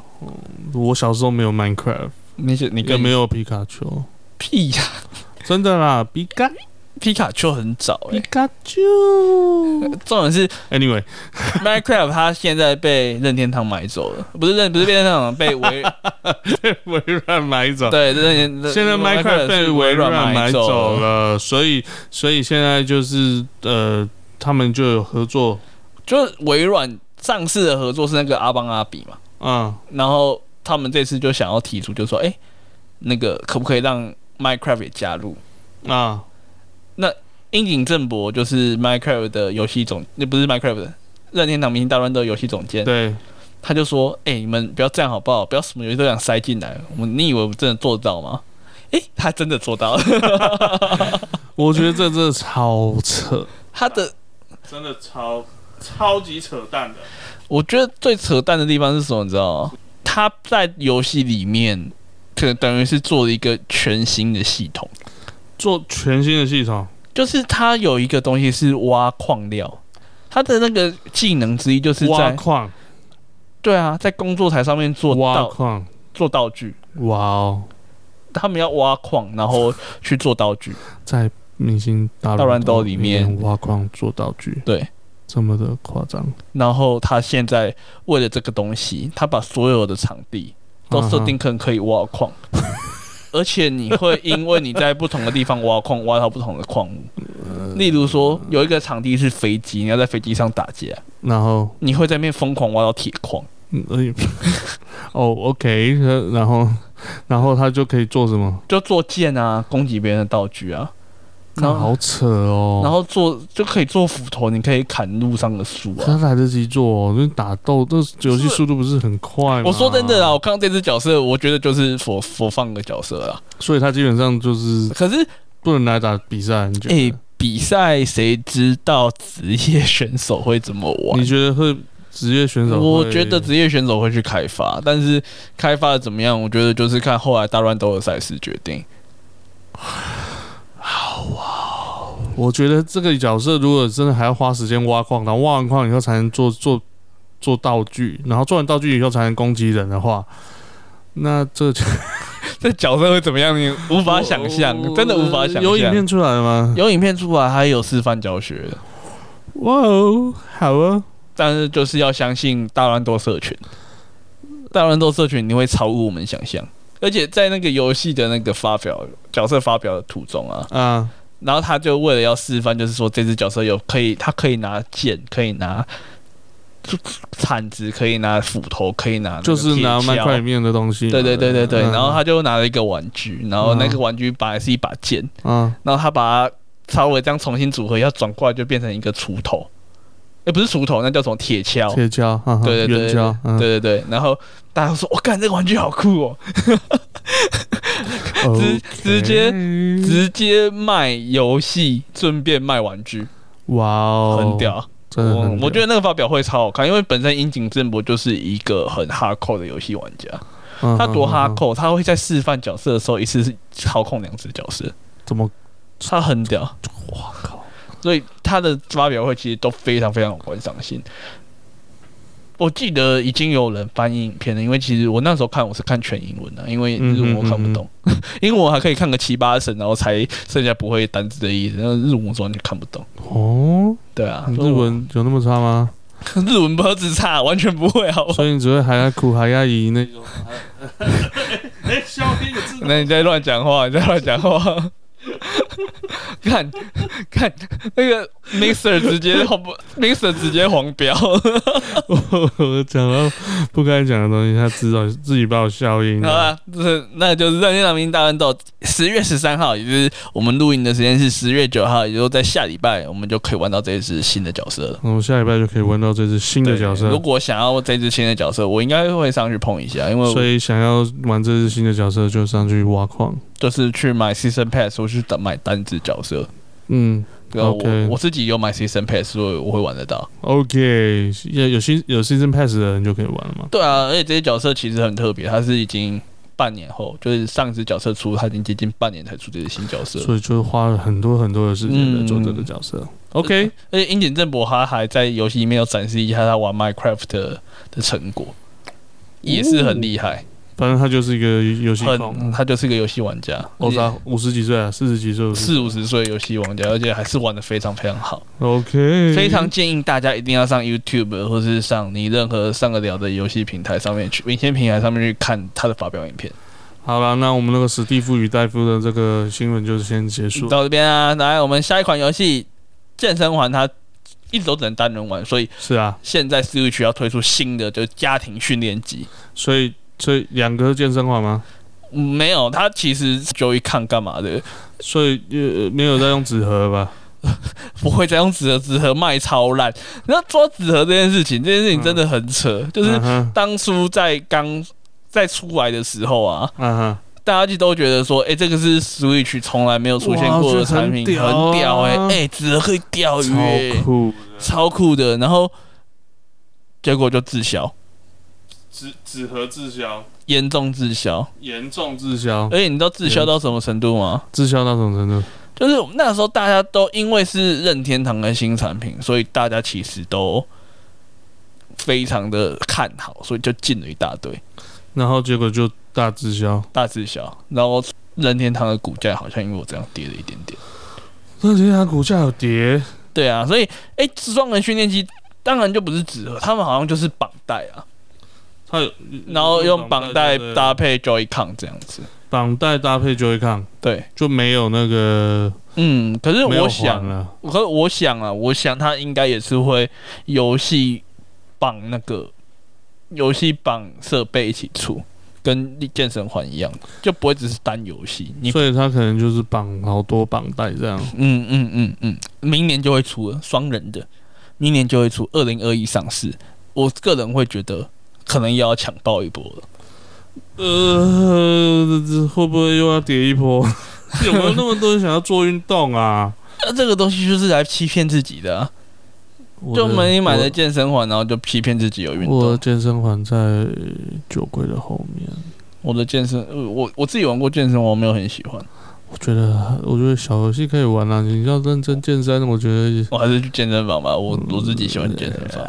Speaker 1: 我小时候没有 Minecraft，
Speaker 2: 你是你
Speaker 1: 也
Speaker 2: 跟
Speaker 1: 没有皮卡丘，
Speaker 2: 屁呀、
Speaker 1: 真的啦，皮卡
Speaker 2: 皮卡丘很早诶、
Speaker 1: 皮卡丘。
Speaker 2: 重点是
Speaker 1: Anyway，
Speaker 2: Minecraft 它现在被任天堂买走了，不是任不是被任天堂 被微
Speaker 1: 微软买走。
Speaker 2: 对任天
Speaker 1: 现在 Minecraft 被
Speaker 2: 是
Speaker 1: 微
Speaker 2: 软
Speaker 1: 软买
Speaker 2: 走
Speaker 1: 走，了，所以所以现在就是呃，他们就有合作，
Speaker 2: 就是微软上次的合作是那个阿邦阿比嘛，
Speaker 1: 嗯，
Speaker 2: 然后他们这次就想要提出，就说哎、那个可不可以让 Minecraft 也加入？
Speaker 1: 啊，
Speaker 2: 樱井正博就是 Minecraft 的游戏总，那不是 Minecraft 的任天堂明星大乱斗游戏总监，
Speaker 1: 对，
Speaker 2: 他就说：“哎、你们不要这样好不好？不要什么游戏都想塞进来。我你以为我真的做得到吗？哎、他真的做到了。
Speaker 1: 我觉得这真的超扯，
Speaker 2: 他的
Speaker 1: 真的超超级扯淡的。
Speaker 2: 我觉得最扯淡的地方是什么？你知道吗？他在游戏里面可等于是做了一个全新的系统，
Speaker 1: 做全新的系统，
Speaker 2: 就是它有一个东西是挖矿料，它的那个技能之一就是
Speaker 1: 挖
Speaker 2: 在
Speaker 1: 矿，
Speaker 2: 对啊，在工作台上面做
Speaker 1: 挖
Speaker 2: 道
Speaker 1: 矿，
Speaker 2: 做道具，
Speaker 1: 哇哦，
Speaker 2: 他们要挖矿，然后去做道具，
Speaker 1: 在明星大
Speaker 2: 大乱
Speaker 1: 乱
Speaker 2: 斗
Speaker 1: 斗
Speaker 2: 里面
Speaker 1: 挖矿做道具，
Speaker 2: 对。
Speaker 1: 这么的夸张，
Speaker 2: 然后他现在为了这个东西，他把所有的场地都
Speaker 1: 嗯
Speaker 2: 设
Speaker 1: 啊
Speaker 2: 定成可以挖 矿，而且你会因为你在不同的地方挖矿，挖到不同的矿物。
Speaker 1: 嗯
Speaker 2: 例如说，有一个场地是飞机，你要在飞机上打劫，
Speaker 1: 然后
Speaker 2: 你会在那边疯狂挖到铁矿。
Speaker 1: 嗯，哎 哦，OK，呃然后然后他就可以做什么？
Speaker 2: 就做剑啊，攻击别人的道具啊，然
Speaker 1: 那
Speaker 2: 后
Speaker 1: 好扯哦。
Speaker 2: 然后做就可以做斧头，你可以砍路上的树
Speaker 1: 可
Speaker 2: 啊。
Speaker 1: 他来得及做、哦，就是打斗，这游戏速度不是很快吗？
Speaker 2: 我说真的啦，，啊我刚刚这只角色，我觉得就是佛佛放的角色啦。
Speaker 1: 所以他基本上就是
Speaker 2: 可是
Speaker 1: 不能来打比赛。你觉得？
Speaker 2: 哎、比赛谁知道职业选手会怎么
Speaker 1: 你
Speaker 2: 玩？
Speaker 1: 觉得会职业选手？
Speaker 2: 我觉得职业选手会去开发，但是开发的怎么样，我觉得就是看后来大乱斗的赛事决定。
Speaker 1: 我觉得这个角色如果真的还要花时间挖矿，然后挖完矿以后才能做做做道具，然后做完道具以后才能攻击人的话，那这
Speaker 2: 这角色会怎么样，你无 法想象，真的无法想象。
Speaker 1: 哦有影片出来了吗？
Speaker 2: 有影片出来，它也有示范教学，
Speaker 1: 哇哦，好啊！
Speaker 2: 但是就是要相信大乱斗社群，大乱斗社群你会超乎我们想象。而且在那个游戏的那个发表角色发表的途中啊，
Speaker 1: 啊，
Speaker 2: 然后他就为了要示范，就是说这只角色有可以，他可以拿剑，可以拿铲子，可以拿斧头，可以拿那个
Speaker 1: 就是拿
Speaker 2: 铁
Speaker 1: 麦块里
Speaker 2: 锹。
Speaker 1: 面的东西嘛。
Speaker 2: 对对对对对，
Speaker 1: 嗯
Speaker 2: 然后他就拿了一个玩具，然后那个
Speaker 1: 嗯
Speaker 2: 玩具本来是一把剑，
Speaker 1: 啊，
Speaker 2: 然后他把它稍微这样重新组合，要转过来就变成一个锄头，哎，不是锄头，那叫什么铁锹？
Speaker 1: 铁锹，哈哈
Speaker 2: 对对对
Speaker 1: 圆锹，嗯，
Speaker 2: 对对对，然后大家都说：“我、哦干，这个玩具好酷哦
Speaker 1: 直
Speaker 2: 直接！”
Speaker 1: 嗯
Speaker 2: 直接卖游戏，顺便卖玩具，
Speaker 1: 哇哦，
Speaker 2: 很，屌。
Speaker 1: 真的
Speaker 2: 我
Speaker 1: 很屌。
Speaker 2: 我觉得那个发表会超好看，因为本身樱井正博就是一个很哈扣的游戏玩家，
Speaker 1: 嗯
Speaker 2: 他多
Speaker 1: 嗯
Speaker 2: 哈
Speaker 1: 嗯
Speaker 2: 扣，他会在示范角色的时候一次是操控两只角色，
Speaker 1: 怎么
Speaker 2: 他很屌，哇靠！所以他的发表会其实都非常非常有观赏性。我记得已经有人翻译影片了，因为其实我那时候看我是看全英文的、因为日文我看不懂，
Speaker 1: 嗯
Speaker 2: 英文我还可以看个七八成，然后才剩下不会单字的意思，那日文我完全看不懂。
Speaker 1: 哦？
Speaker 2: 对啊，
Speaker 1: 日
Speaker 2: 所以我
Speaker 1: 文有那么差吗？
Speaker 2: 日文不只差，完全不会好不好
Speaker 1: 所以你只会还要苦还要赢那种。
Speaker 3: 哎，消音的字
Speaker 2: 那你在乱讲话，你在乱讲话。 看，看那个 mixer 直接黄不 mixer 直接黄标，
Speaker 1: 我讲到不该讲的东西，他知道自己把我消音
Speaker 2: 好
Speaker 1: 了。
Speaker 2: 吧，就是那就是任天堂明星大乱斗，十月十三号，也就是我们录音的时间是十月九号，也就是在下礼拜，我们就可以玩到这一只新的角色了。
Speaker 1: 那我下礼拜就可以玩到这只新的角
Speaker 2: 对如
Speaker 1: 色，
Speaker 2: 果想要这只新的角色，我应该会上去碰一下，因为
Speaker 1: 所
Speaker 2: 我
Speaker 1: 以想要玩这只新的角色，就上去挖矿。
Speaker 2: 就是去买 season pass，我去买单只角色。
Speaker 1: 嗯
Speaker 2: 然后我
Speaker 1: OK
Speaker 2: 我自己有买 season pass，所以我会玩得到。
Speaker 1: ，OK，有有新有 season pass 的人就可以玩了嘛。
Speaker 2: 对啊，而且这些角色其实很特别，它是已经半年后，就是上一只角色出，它已经接近半年才出这只新角色。
Speaker 1: 所以就花了很多很多的时间来做这个角
Speaker 2: 嗯
Speaker 1: 色。OK，
Speaker 2: 而且樱井正博他还在游戏里面有展示一下他玩 Minecraft 的的成果，也是很厉害，
Speaker 1: 反正他就是一个游哦戏控
Speaker 2: 很，他就是一个游戏玩家，
Speaker 1: 我操，五十几岁啊，四十几岁
Speaker 2: 而且
Speaker 1: 我
Speaker 2: 四五十岁的游戏玩家，而且还是玩的非常非常好。
Speaker 1: OK，
Speaker 2: 非常建议大家一定要上 YouTube 或是上你任何上得了的游戏平台上面去，领先平台上面去看他的发表影片。
Speaker 1: 好了，那我们那个史蒂夫与戴夫的这个新闻就先结束。
Speaker 2: 到这边啊，来，我们下一款游戏《健身环》，它一直都只能单人玩，所以
Speaker 1: 是啊，
Speaker 2: 现在 Switch 要推出新的，就是家庭训练机。
Speaker 1: 所以所以两个健身环吗？
Speaker 2: 嗯没有，它其实就一看干嘛的，
Speaker 1: 所以呃没有在用纸盒吧？
Speaker 2: 不会再用纸盒，纸盒卖超烂。那说到纸盒这件事情，这件事情真的很扯，就是
Speaker 1: 嗯哼，
Speaker 2: 当初在刚在出来的时候啊，
Speaker 1: 嗯哼，
Speaker 2: 大家就都觉得说，哎、这个是 Switch 从来没有出现过的产品，
Speaker 1: 哇
Speaker 2: 很
Speaker 1: 我觉得很屌
Speaker 2: 屌
Speaker 1: 啊
Speaker 2: 哎、哎、纸盒可以
Speaker 1: 哦
Speaker 2: 钓鱼、欸，
Speaker 1: 超酷，
Speaker 2: 超酷的。然后结果就滞销，
Speaker 1: 纸纸盒滞销，
Speaker 2: 严重滞销。
Speaker 1: 严重滞销，
Speaker 2: 而且你知道滞销到什么程度吗？
Speaker 1: 滞销到什么程度？
Speaker 2: 就是我们那时候大家都因为是任天堂的新产品，所以大家其实都非常的看好，所以就进了一大堆
Speaker 1: 然后结果就大滞销。
Speaker 2: 大滞销。然后任天堂的股价好像因为我这样跌了一点点。
Speaker 1: 那天它股价有跌，
Speaker 2: 对啊，所以哎，双、人训练机当然就不是纸盒，他们好像就是绑带啊，
Speaker 1: 它有
Speaker 2: 然后用绑带
Speaker 1: 嗯对对对
Speaker 2: 搭配 Joy-Con 这样子。
Speaker 1: 绑带搭配 Joy-Con
Speaker 2: 对，
Speaker 1: 就没有那个
Speaker 2: 嗯，可是
Speaker 1: 没有
Speaker 2: 我
Speaker 1: 环
Speaker 2: 想，
Speaker 1: 了，
Speaker 2: 可是我想啊，我想他应该也是会游戏绑那个游戏绑设备一起出，跟健身环一样，就不会只是单游戏。你
Speaker 1: 所以它可能就是绑好多绑带这样。
Speaker 2: 嗯嗯嗯嗯，明年就会出了双人的，明年就会出，二零二一上市。我个人会觉得可能又要抢爆一波了。
Speaker 1: 呃，这会不会又要跌一波？有没有那么多人想要做运动啊？
Speaker 2: 那这个东西就是来欺骗自己的、啊，就我们你买了健身环，然后就欺骗自己有运
Speaker 1: 我我
Speaker 2: 动
Speaker 1: 的。健身环在酒柜的后面，
Speaker 2: 我的健身，呃我我自己玩过健身环，我没有很喜欢，
Speaker 1: 我觉得我觉得小游戏可以玩啊，你要认真健身，我觉得
Speaker 2: 我还是去健身房吧。我我自己喜欢健身房。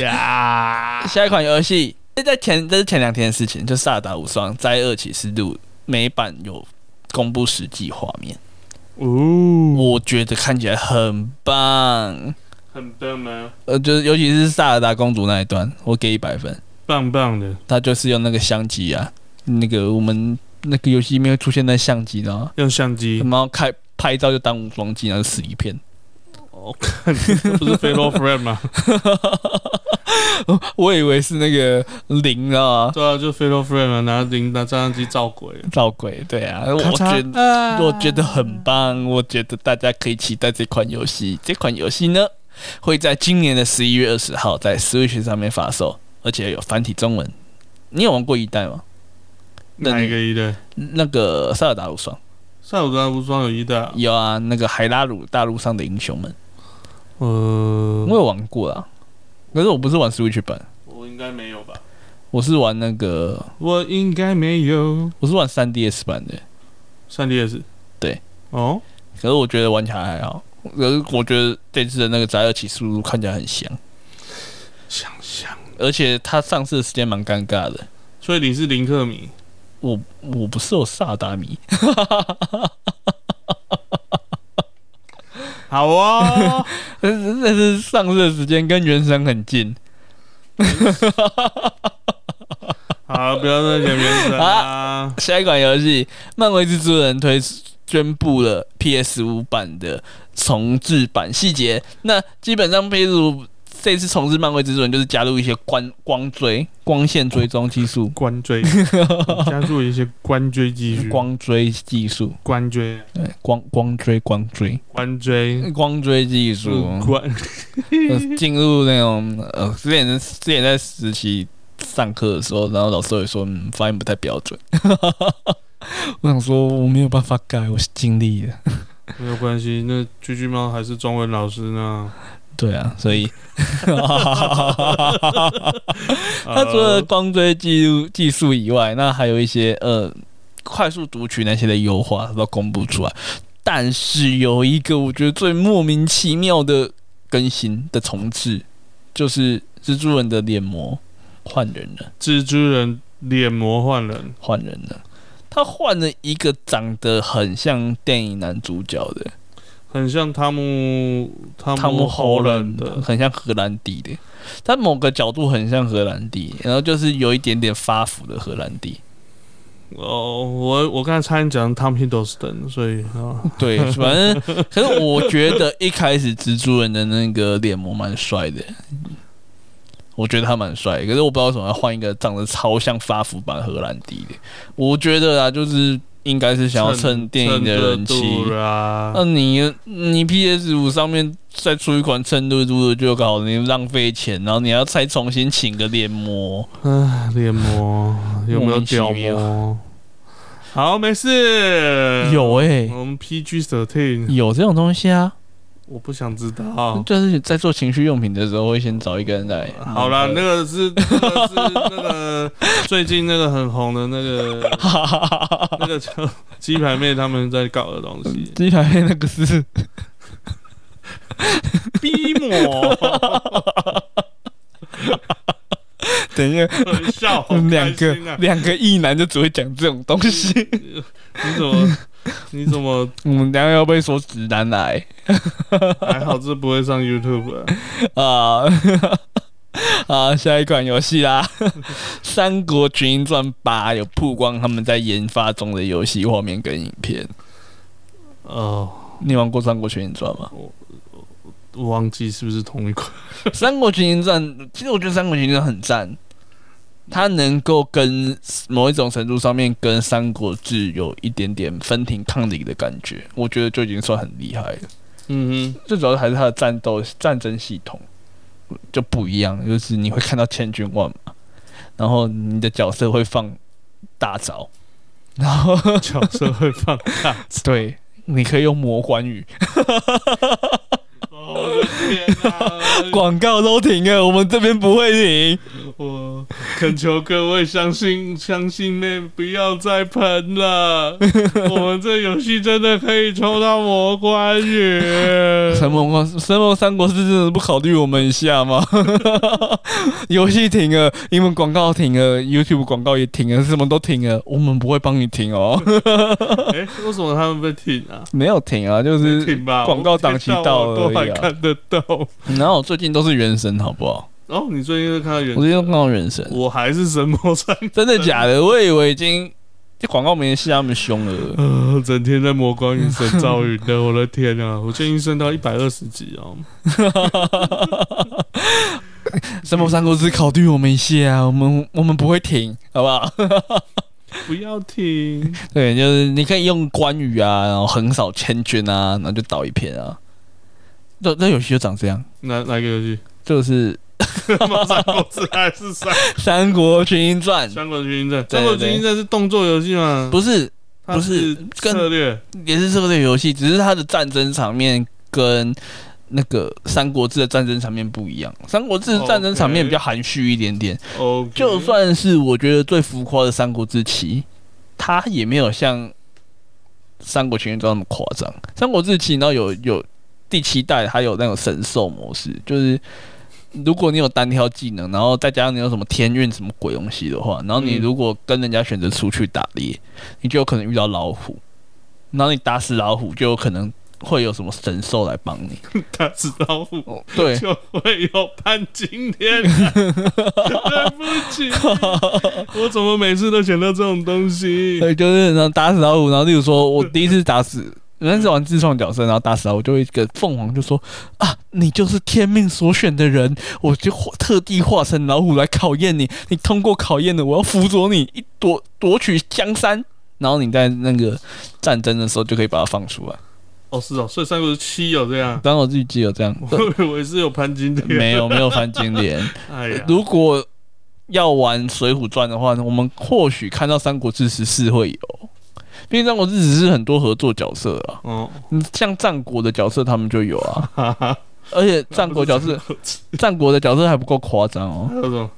Speaker 1: 呀，
Speaker 2: 下一款游戏，这在前这是前两天的事情，就《萨达无双：灾厄启示录》美版有公布实际画面，
Speaker 1: 哦，
Speaker 2: 我觉得看起来很棒。
Speaker 1: 很棒吗？
Speaker 2: 呃，就是尤其是萨尔达公主那一段，我给一百分。
Speaker 1: 棒棒的，
Speaker 2: 他就是用那个相机啊，那个我们那个游戏里面会出现那相机，然后
Speaker 1: 用相机，
Speaker 2: 然后开拍照就当无双机，然后死一片。
Speaker 1: 不是 Fellow Friend 吗？
Speaker 2: 我以为是那个零，你知道吗？
Speaker 1: 对啊，就 Fellow Friend 嘛，拿铃拿照相机照鬼，啊
Speaker 2: 闹鬼，对啊，我觉得。我觉得很棒，我觉得大家可以期待这款游戏。这款游戏呢，会在今年的十一月二十号在 Switch 上面发售，而且有繁体中文。你有玩过一代吗？
Speaker 1: 哪一个一代？
Speaker 2: 那个《塞尔达无双
Speaker 1: 塞尔达无双有一代啊，》
Speaker 2: 有啊，那个海拉鲁大陆上的英雄们，
Speaker 1: 呃
Speaker 2: 我，有玩过啦。可是我不是玩 Switch 版，
Speaker 1: 我应该没有吧？
Speaker 2: 我是玩那个，
Speaker 1: 我应该没有。
Speaker 2: 我是玩 3DS 版的。
Speaker 1: 三 DS，
Speaker 2: 对，
Speaker 1: 哦，
Speaker 2: 可是我觉得玩起来还好，可是我觉得这次的那个《宅二起速度看起来很香，
Speaker 1: 想想，
Speaker 2: 而且它上市的时间蛮尴尬的。
Speaker 1: 所以你是林克米，
Speaker 2: 我我不是有萨达迷，
Speaker 1: 好 啊，
Speaker 2: 但是但是上市的时间跟原神很近
Speaker 1: 好，不要再讲原神啊，
Speaker 2: 下一款游戏，漫威蜘蛛人推宣布了 PS 五版的重置版细节。那基本上 PS 五这次重置漫威蜘蛛人就是加入一些光光追、光线追踪技术、
Speaker 1: 关 追，加入一些关追技术，
Speaker 2: 光追技术，
Speaker 1: 关追，
Speaker 2: 对，光光追、光追、
Speaker 1: 关追，
Speaker 2: 光追技术，
Speaker 1: 嗯关，
Speaker 2: 呃进入那种呃，之前之前在实习上课的时候，然后老师会说，嗯，发音不太标准。 我想说，我没有办法改，我是尽力的。
Speaker 1: 没有关系，那居居猫还是中文老师呢，
Speaker 2: 对啊，所以他
Speaker 1: 他
Speaker 2: 除了光追技术技术以外，那还有一些呃快速读取那些的优化都公布出来，但是有一个我觉得最莫名其妙的更新的重置，就是蜘蛛人的脸模换人了。
Speaker 1: 蜘蛛人脸魔换人，
Speaker 2: 换人了，他换了一个长得很像电影男主角的
Speaker 1: 很像汤姆汤
Speaker 2: 汤姆·
Speaker 1: 侯
Speaker 2: 侯
Speaker 1: 人
Speaker 2: 人
Speaker 1: 的，
Speaker 2: 很像荷兰弟的，他某个角度很像荷兰弟，然后就是有一点点发福的荷兰弟。
Speaker 1: 哦，我我刚才差点讲汤 Hiddleston，所以啊，
Speaker 2: 对， 反正可是我觉得一开始蜘蛛人的那个脸模蛮帅的。我觉得他蛮帅，可是我不知道为什么要换一个长得超像发福版荷兰弟的。我觉得啊，就是应该是想要趁电影的人气，
Speaker 1: 蹭热度啦，
Speaker 2: 那你你 PS 五上面再出一款衬露度的就好了，你浪费钱，然后你还要再重新请个脸模，
Speaker 1: 唉，脸膜有没有屌
Speaker 2: 莫名其
Speaker 1: 膜？好，没事。
Speaker 2: 有哎、
Speaker 1: 啊
Speaker 2: 欸
Speaker 1: 我们 PG thirteen，
Speaker 2: 有这种东西啊，
Speaker 1: 我不想知道。
Speaker 2: 就是在做情绪用品的时候，会先找一个人来。
Speaker 1: 好啦， 那个是那个是那个 最近那个很红的那个
Speaker 2: 个
Speaker 1: 那个叫鸡排妹他们在搞的东西，
Speaker 2: 鸡排妹那 个是
Speaker 1: 逼我，
Speaker 2: 等一下，
Speaker 1: 很 笑，好
Speaker 2: 两
Speaker 1: 开
Speaker 2: 个
Speaker 1: 心啊！
Speaker 2: 两个异男就只会讲这种东 西，
Speaker 1: 你怎么你怎么
Speaker 2: 我们两个要被说直男癌
Speaker 1: 还好这不会上 YouTube 啊？
Speaker 2: 啊！ 啊，下一款游戏啦， 《三国群英传八》有曝光他们在研发中的游戏画面跟影片。
Speaker 1: 哦，
Speaker 2: 你玩过《三国群英传》吗？
Speaker 1: 我忘记是不是同一款？
Speaker 2: 《三国群英传》其实我觉得《三国群英传》很赞，它能够跟某一种程度上面跟《三国志》有一点点分庭抗礼的感觉，我觉得就已经算很厉害了。
Speaker 1: 嗯
Speaker 2: 最主要还是它的战斗战争系统就不一样，就是你会看到千军万马，然后你的角色会放大招，然后
Speaker 1: 哼， 角色会放大。
Speaker 2: 对，你可以用魔关羽。
Speaker 1: 哦，我的天啊！
Speaker 2: 广告都停了，我们这边不会停。
Speaker 1: 我恳求各位相信 相信妹，不要再喷了。我们这游戏真的可以抽到魔关 羽。
Speaker 2: 神魔光神魔三国是真的不考虑我们一下 吗？游戏停了，英文广告停了，YouTube 广告也停了，什么都停了，我们不会帮你停哦。
Speaker 1: 哎、为什么他们被停啊？
Speaker 2: 没有停啊，就是
Speaker 1: 停吧，
Speaker 2: 广告档期到了
Speaker 1: 我都
Speaker 2: 而
Speaker 1: 还
Speaker 2: 已啊
Speaker 1: 看得到。
Speaker 2: 然后我最近都是原神，好不好？
Speaker 1: 哦，你最近会看到原
Speaker 2: 我最近都看到原神，
Speaker 1: 我还是神魔三，
Speaker 2: 真的假的？我以为已经这广告没戏，他们凶 了。
Speaker 1: 呃，整天在魔关云神造云的，我的天 啊！我最近升到一百二十级哦。
Speaker 2: 神魔三国只考虑我们一下啊，我们我们不会停，好不好？
Speaker 1: 不要停，
Speaker 2: 对，就是你可以用关羽啊，然后横扫千军啊，然后就倒一片啊。那那游戏就长这样，
Speaker 1: 哪哪个游 戏？
Speaker 2: 就是
Speaker 1: 神魔三国志还是三
Speaker 2: 《三国群英传》，
Speaker 1: 三国群英战，
Speaker 2: 对
Speaker 1: 三国群英战是动作游戏吗？
Speaker 2: 不是
Speaker 1: 它是
Speaker 2: 不是跟
Speaker 1: 策略。
Speaker 2: 也是策略游戏，只是它的战争场面跟那个《三国志》的战争场面不一样，《三国志》的战争场面
Speaker 1: OK
Speaker 2: 比较含蓄一点点。
Speaker 1: 哦，
Speaker 2: 就算是我觉得最浮夸的《三国志七》，它也没有像《三国群英传》那么夸张。《三国志七》然后有有第七代，它有那种神兽模式，就是如果你有单挑技能，然后再加上你有什么天运什么鬼东西的话，然后你
Speaker 1: 嗯
Speaker 2: 如果跟人家选择出去打猎，你就有可能遇到老虎，然后你打死老虎就有可能。会有什么神兽来帮你？
Speaker 1: 打死老虎
Speaker 2: 哦， 对，
Speaker 1: 就会有潘金莲啊。 对不起，我怎么每次都想到这种东西？
Speaker 2: 对，就是然后打死老虎，然后例如说我第一次打死，那是玩自创角色，然后打死老虎，就会一个凤凰就说啊，你就是天命所选的人，我就化特地化成老虎来考验你，你通过考验了，我要辅佐你，一夺夺取江山。然后你在那个战争的时候就可以把它放出来。
Speaker 1: 哦，是哦，所以三国志七有这样，
Speaker 2: 当然我自己记得这样，
Speaker 1: 我以为是有潘金莲。
Speaker 2: 没呃有没有翻金莲。
Speaker 1: 哎呀，
Speaker 2: 如果要玩《水浒传》的话呢，我们或许看到《三国志十四》会有，毕竟《三国志十四》很多合作角色啊。
Speaker 1: 哦，
Speaker 2: 嗯，像战国的角色他们就有啊，
Speaker 1: 哈哈，
Speaker 2: 而且战国角色，战国的角色还不够夸张哦
Speaker 1: 还。有什么？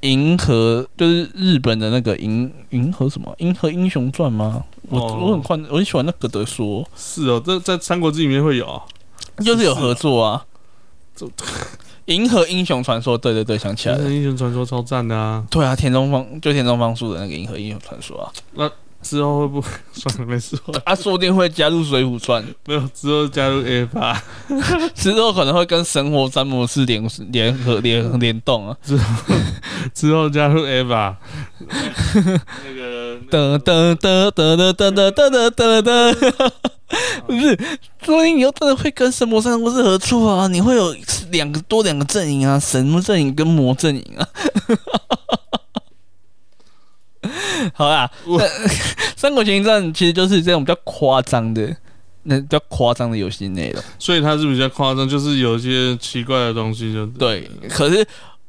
Speaker 2: 银河就是日本的那个银银河什么银河英雄传吗？我、
Speaker 1: 哦
Speaker 2: 我很快，我很喜欢那个的说，
Speaker 1: 是哦，这在三国志里面会有啊。
Speaker 2: 就是有合作啊
Speaker 1: 这。
Speaker 2: 银河英雄传说，对对对，想起来
Speaker 1: 人
Speaker 2: 了。
Speaker 1: 生英雄传说超赞的啊！
Speaker 2: 对啊，田中芳就田中芳树的那个银河英雄传说啊，
Speaker 1: 之后会不 会算了，没事，
Speaker 2: 啊，说不定会加入水浒传，
Speaker 1: 没有之后加入 A 吧。
Speaker 2: 之后可能会跟神火詹姆斯联联合联联动啊。
Speaker 1: 之后加入 A 吧。那个
Speaker 2: 噔噔噔噔噔噔噔噔噔噔， 不是，所以你又真的会跟神魔三国是合作啊？你会有两个多两个阵营啊，神魔阵营跟魔阵营啊。 好啦，
Speaker 1: 我
Speaker 2: 那三国群英战其实就是这种比较夸张的，那比较夸张的游戏内容。
Speaker 1: 所以它是比较夸张，就是有一些奇怪的东西就
Speaker 2: 对，可是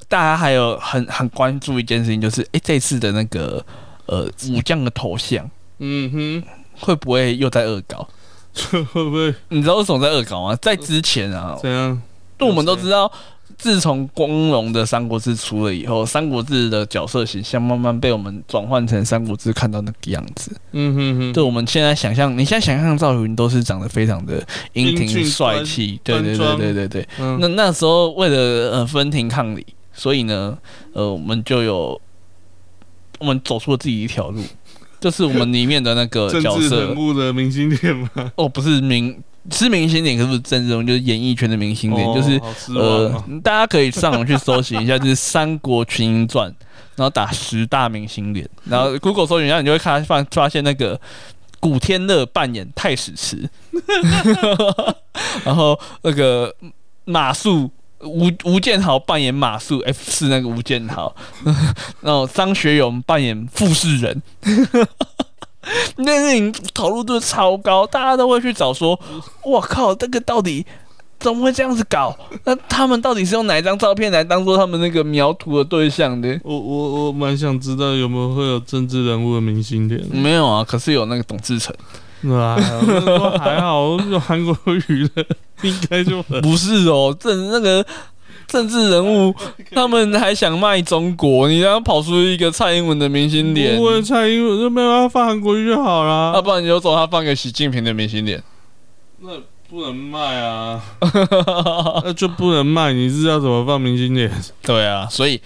Speaker 2: 大家还有很很关注一件事情，就是诶，这次的那个呃武将的头像
Speaker 1: 嗯哼，
Speaker 2: 会不会又在恶搞？
Speaker 1: 这会不会
Speaker 2: 你知道为什么在恶搞吗？在之前啊，
Speaker 1: 怎样？
Speaker 2: 我们都知道，自从光荣的《三国志》出了以后，《三国志》的角色形象慢慢被我们转换成《三国志》看到那个样子。
Speaker 1: 嗯哼哼，
Speaker 2: 对，我们现在想象，你现在想象赵云都是长得非常的英
Speaker 1: 英俊
Speaker 2: 挺帅气，对
Speaker 1: 端
Speaker 2: 对对
Speaker 1: 庄
Speaker 2: 对对对。
Speaker 1: 嗯，
Speaker 2: 那那时候为了呃分庭抗礼，所以呢，呃，我们就有我们走出了自己一条路，就是我们里面的那 个
Speaker 1: 政
Speaker 2: 角
Speaker 1: 治
Speaker 2: 色
Speaker 1: 人物的明星脸吗？
Speaker 2: 哦，不是明是明星点，可是不是真人物，就是演艺圈的明星点，
Speaker 1: 哦
Speaker 2: 就是
Speaker 1: 好失望
Speaker 2: 呃
Speaker 1: 啊，
Speaker 2: 大家可以上网去搜寻一下，就是《三国群英传》，然后打十大明星脸，然后 Google 搜寻一下，你就会看发发现那个古天乐扮演太史慈，然后那个呃马谡。吴吴建豪扮演马谡 F 四那个吴建豪， 然后张学友扮演傅士仁， 那个你讨论度超高，大家都会去找说，我靠，这个到底怎么会这样子搞？那他们到底是用哪一张照片来当做他们那个描图的对象的？
Speaker 1: 我我我蛮想知道有没有会有政治人物的明星脸，
Speaker 2: 没有啊，可是有那个董志成，
Speaker 1: 啊，那都还好，有韩国语的应该就很
Speaker 2: 不是哦，政那个政治人物，他们还想卖中国，你让他跑出一个蔡英文的明星脸啊
Speaker 1: 不，会蔡英文就没有要放韩国语就好啦。
Speaker 2: 要、不然你就走他放个习近平的明星脸，
Speaker 1: 那不能卖啊， 那就不能卖，你是要怎么放明星脸？
Speaker 2: 对啊，所以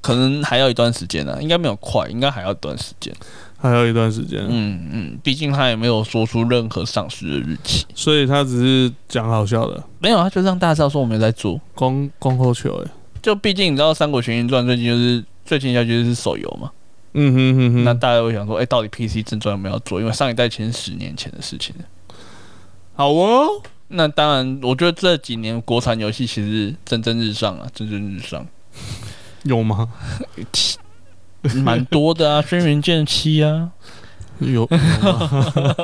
Speaker 2: 可能还要一段时间呢、啊，应该没有快，应该还要一段时间。
Speaker 1: 还有一段时间，
Speaker 2: 嗯嗯，毕竟他也没有说出任何上市的日期，
Speaker 1: 所以他只是讲好笑的，
Speaker 2: 没有，他就让大家知道说我们有在做。
Speaker 1: 光光后球哎、
Speaker 2: 就毕竟你知道《三国群英传》最近就是最近一下就是手游嘛，
Speaker 1: 嗯哼哼哼，
Speaker 2: 那大家会想说，哎、到底 PC 正传有没有要做？因为上一代其实十年前的事情了。
Speaker 1: 好哦，
Speaker 2: 那当然，我觉得这几年国产游戏其实蒸蒸日上啊，蒸蒸日上，
Speaker 1: 有吗？
Speaker 2: 蛮多的啊，《轩辕剑七》 啊，
Speaker 1: 有有嗯吗？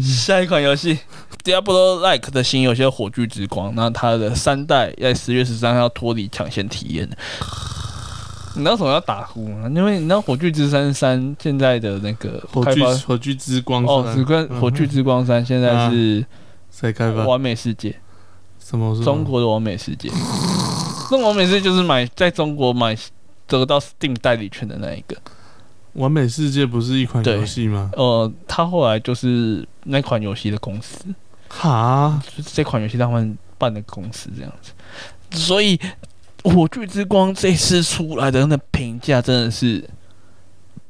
Speaker 2: 下一款游戏《Diablo Like》的新游戏《火炬之光》，那它的三代在十月十三号脱离抢先体验。你知道为什么要打呼吗？因为你知道《火炬之三三》现在的那个
Speaker 1: 火
Speaker 2: 开
Speaker 1: 炬
Speaker 2: 发
Speaker 1: 火炬之光
Speaker 2: 哦，
Speaker 1: 是
Speaker 2: 只
Speaker 1: 吧
Speaker 2: 跟《火炬之光三》现在是
Speaker 1: 谁开发？
Speaker 2: 完美世界，
Speaker 1: 什么？
Speaker 2: 中国的完美世界。那完美世界就是买在中国买得到 Steam 代理权的那一个。
Speaker 1: 完美世界不是一款
Speaker 2: 对
Speaker 1: 游戏吗？
Speaker 2: 呃，他后来就是那款游戏的公司，
Speaker 1: 哈，
Speaker 2: 就是这款游戏他们办的公司这样子。所以《火炬之光》这次出来的那评价真的是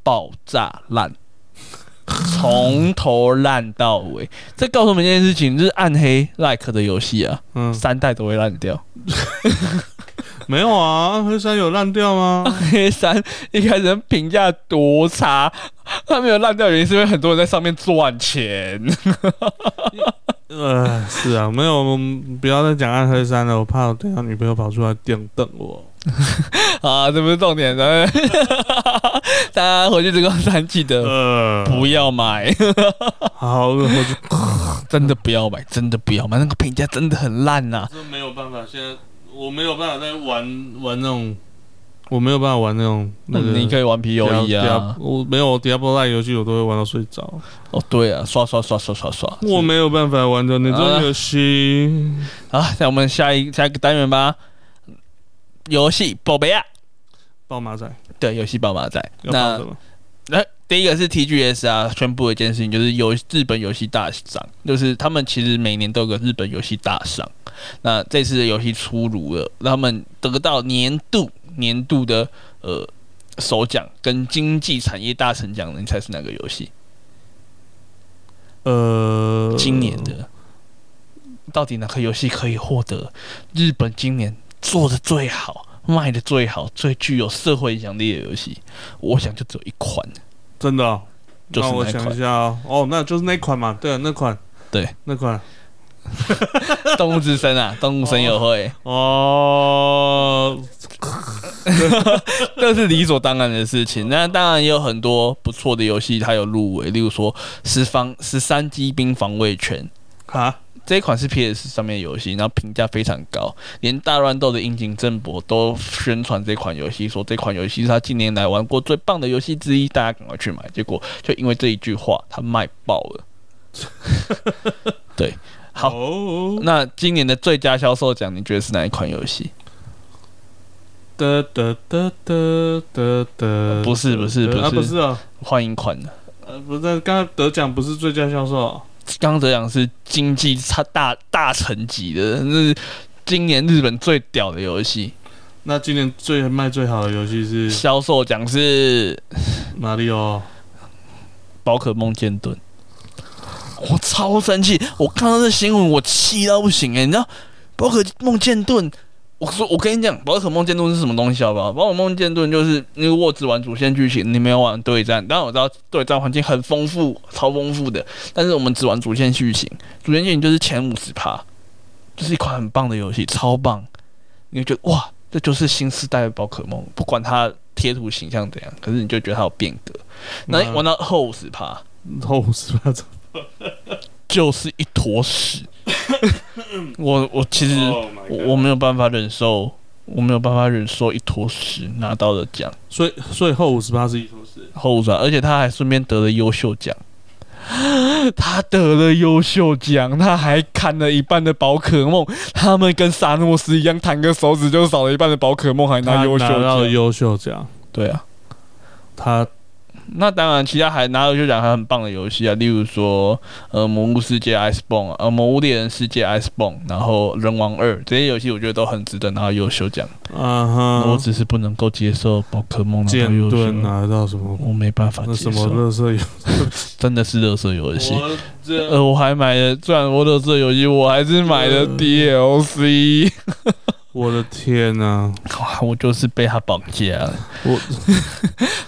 Speaker 2: 爆炸烂。从头烂到尾，这告诉我们一件事情，就是暗黑 like 的游戏啊，
Speaker 1: 嗯，
Speaker 2: 三代都会烂掉。
Speaker 1: 没有啊，黑山有烂掉吗？
Speaker 2: 黑山一开始评价多差，它没有烂掉的原因是因为很多人在上面赚钱。
Speaker 1: 呃，是啊，没有，我们不要再讲暗黑山了，我怕我等一下女朋友跑出来电瞪我。
Speaker 2: 啊，这不是重点的， 大家回去这个三记得
Speaker 1: 呃，
Speaker 2: 不要买，
Speaker 1: 好，我就
Speaker 2: 真的不要买，真的不要买，那个评价真的很烂啊呐、
Speaker 1: 这没有办法，现在我没有办法再玩玩那种，我没有办法玩那种那个。
Speaker 2: 你可以玩 P U E 啊，
Speaker 1: 我没有 Diablo 类游戏，我都会玩到睡着。
Speaker 2: 哦对啊，刷刷刷刷刷刷，
Speaker 1: 我没有办法玩的那种游戏。
Speaker 2: 啊，那我们下一下一个单元吧，游戏宝贝啊，
Speaker 1: 爆马仔，
Speaker 2: 对，游戏宝马仔，
Speaker 1: 要爆
Speaker 2: 那
Speaker 1: 什么？
Speaker 2: 那、第一个是 TGS 啊，宣布了一件事情，就是游日本游戏大赏，就是他们其实每年都有个日本游戏大赏。那这次的游戏出炉了，他们得到年度年度的呃首奖跟经济产业大成奖的，你猜是哪个游戏？
Speaker 1: 呃，
Speaker 2: 今年的到底哪个游戏可以获得日本今年做的最好、卖的最好、最具有社会影响力的游戏？我想就只有一款，
Speaker 1: 真的哦、
Speaker 2: 就
Speaker 1: 那
Speaker 2: 是
Speaker 1: 我
Speaker 2: 那一
Speaker 1: 想一
Speaker 2: 款
Speaker 1: 下哦，哦，那就是那款嘛，对啊，那款，
Speaker 2: 对，
Speaker 1: 那款，
Speaker 2: 《动物之声》啊，《动物声友会》。
Speaker 1: 哦，
Speaker 2: 这是理所当然的事情。那当然也有很多不错的游戏，它有入围，例如说《十方十三机兵防卫权》
Speaker 1: 哈，
Speaker 2: 这一款是 PS 上面的游戏，然后评价非常高，连大乱斗的樱井正博都宣传这款游戏，说这款游戏是他近年来玩过最棒的游戏之一，大家赶快去买。结果就因为这一句话，它卖爆了。好
Speaker 1: 哦
Speaker 2: 那今年的最佳销售奖，你觉得是哪一款游戏？
Speaker 1: 得得得得得得，
Speaker 2: 不是不是
Speaker 1: 得啊
Speaker 2: 不
Speaker 1: 不
Speaker 2: 是
Speaker 1: 是啊，
Speaker 2: 换一款的，
Speaker 1: 呃不是，刚才得奖不是最佳销售，
Speaker 2: 刚刚得奖是经济差大大成级的，那是今年日本最屌的游戏。
Speaker 1: 那今年最卖最好的游戏是 《
Speaker 2: 销售奖是
Speaker 1: 马里哦奥
Speaker 2: 宝可梦剑盾，我超生气！我看到这新闻，我气到不行哎、你知道宝可梦剑盾？我说，我跟你讲，宝可梦剑盾是什么东西好不好？宝可梦剑盾就是因为我只玩主线剧情，你没有玩对战。当然我知道对战环境很丰富，超丰富的，但是我们只玩主线剧情，主线剧情就是前五十趴，这、是一款很棒的游戏，超棒！你就觉得哇，这就是新时代的宝可梦，不管它贴图形象怎样，可是你就觉得它有变革。那
Speaker 1: 嗯
Speaker 2: 玩到后五十趴，
Speaker 1: 后五十 八张，
Speaker 2: 就是一坨 屎。我我其实
Speaker 1: 哦
Speaker 2: 我我没有办法忍受，我没有办法忍受一坨屎拿到的奖
Speaker 1: 所以所以后五十八是一头是
Speaker 2: 后转，而且他还顺便得了优秀奖。 他得了优秀奖，他还砍了一半的宝可梦。他们跟萨诺斯一样，弹个手指就少了一半的宝可梦，还拿优秀
Speaker 1: 他拿到了
Speaker 2: 奖。
Speaker 1: 优秀奖，
Speaker 2: 对啊，
Speaker 1: 他
Speaker 2: 那当然，其他还拿优秀奖还很棒的游戏啊，例如说呃《魔物世界 Ice Bone》啊，呃《魔物猎人世界 Ice Bone》，然后《人王二》这些游戏，我觉得都很值得拿到优秀奖。
Speaker 1: 啊
Speaker 2: 我
Speaker 1: 哈，
Speaker 2: 只是不能够接受宝可梦拿到
Speaker 1: 剑
Speaker 2: 优
Speaker 1: 盾
Speaker 2: 秀奖，
Speaker 1: 拿到什么？
Speaker 2: 我没办法
Speaker 1: 那
Speaker 2: 接
Speaker 1: 什
Speaker 2: 受，
Speaker 1: 么乐色游
Speaker 2: 真的是热色游戏。
Speaker 1: 我这
Speaker 2: 呃，我还买了，虽然我热色游戏，我还是买了
Speaker 1: 呃
Speaker 2: DLC。
Speaker 1: 我的天呐、
Speaker 2: 哇，我就是被他绑架了，
Speaker 1: 我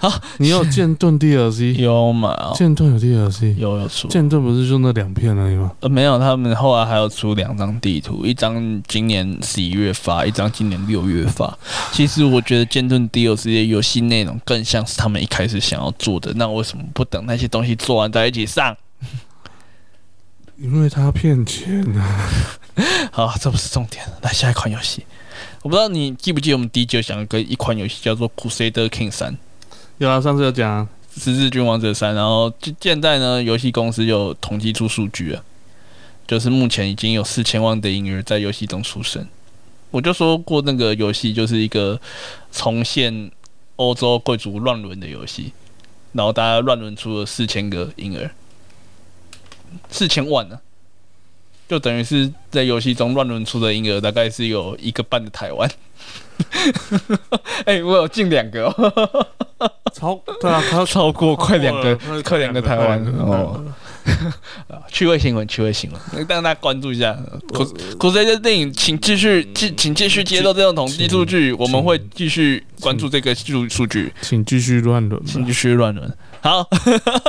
Speaker 2: 好，
Speaker 1: 你有剑盾 DLC，
Speaker 2: 有嘛哦？
Speaker 1: 剑盾有 DLC，
Speaker 2: 有有出，
Speaker 1: 剑盾不是就那两片而已吗？
Speaker 2: 呃，没有，他们后来还有出两张地图，一张今年十一月发，一张今年六月发。其实我觉得《剑盾 DLC》的游戏内容更像是他们一开始想要做的，那为什么不等那些东西做完再一起上？
Speaker 1: 因为他骗钱啊！
Speaker 2: 好，这不是重点，来下一款游戏。我不知道你记不记得我们第一集有讲跟一款游戏叫做《Crusader King 三》。
Speaker 1: 有啊，上次有讲啊，
Speaker 2: 《十字军王者三》，然后就现在呢，游戏公司有统计出数据了，就是目前已经有四千万的婴儿在游戏中出生。我就说过，那个游戏就是一个重现欧洲贵族乱伦的游戏，然后大家乱伦出了四千个婴儿，四千万呢、就等于是在游戏中乱伦出的婴儿，大概是有一个半的台湾。 哎、我有近两个、哦，
Speaker 1: 超对啊，他
Speaker 2: 超过快两个
Speaker 1: 个
Speaker 2: 哦快两个台湾哦， 趣味新闻，趣味新闻，让大家关注一下。苦苦谁的电影，请继续继，请继续揭露这种统计数据，我们会继续关注这个数数据，
Speaker 1: 请继续乱伦吧。
Speaker 2: 请继续乱伦。好，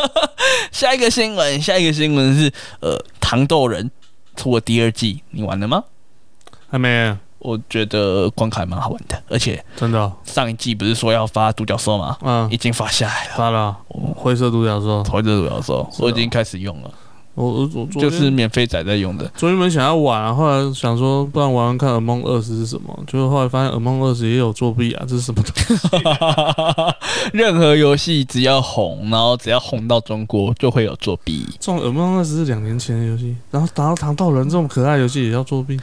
Speaker 2: 下一个新闻，下一个新闻是呃，《糖豆人》出了第二季，你玩了吗？
Speaker 1: 还哎没
Speaker 2: 我觉得关卡还蛮好玩的，而且
Speaker 1: 真的哦，
Speaker 2: 上一季不是说要发独角兽吗？
Speaker 1: 嗯
Speaker 2: 已，经发下来了，
Speaker 1: 发了
Speaker 2: 我
Speaker 1: 灰色独角兽，
Speaker 2: 头的独角兽，
Speaker 1: 是哦
Speaker 2: 我已经开始用了，
Speaker 1: 我我我昨
Speaker 2: 就
Speaker 1: 天
Speaker 2: 是免费仔在用的。
Speaker 1: 昨天本想要玩啊，后来想说不然玩玩看《Among Us》是什么，结果后来发现《Among Us》也有作弊啊，这是什么东西？
Speaker 2: 任何游戏只要红，然后只要红到中国，就会有作弊。
Speaker 1: 这种《Among Us》是两年前的游戏，然后打到糖豆人这种可爱的游戏也要作弊，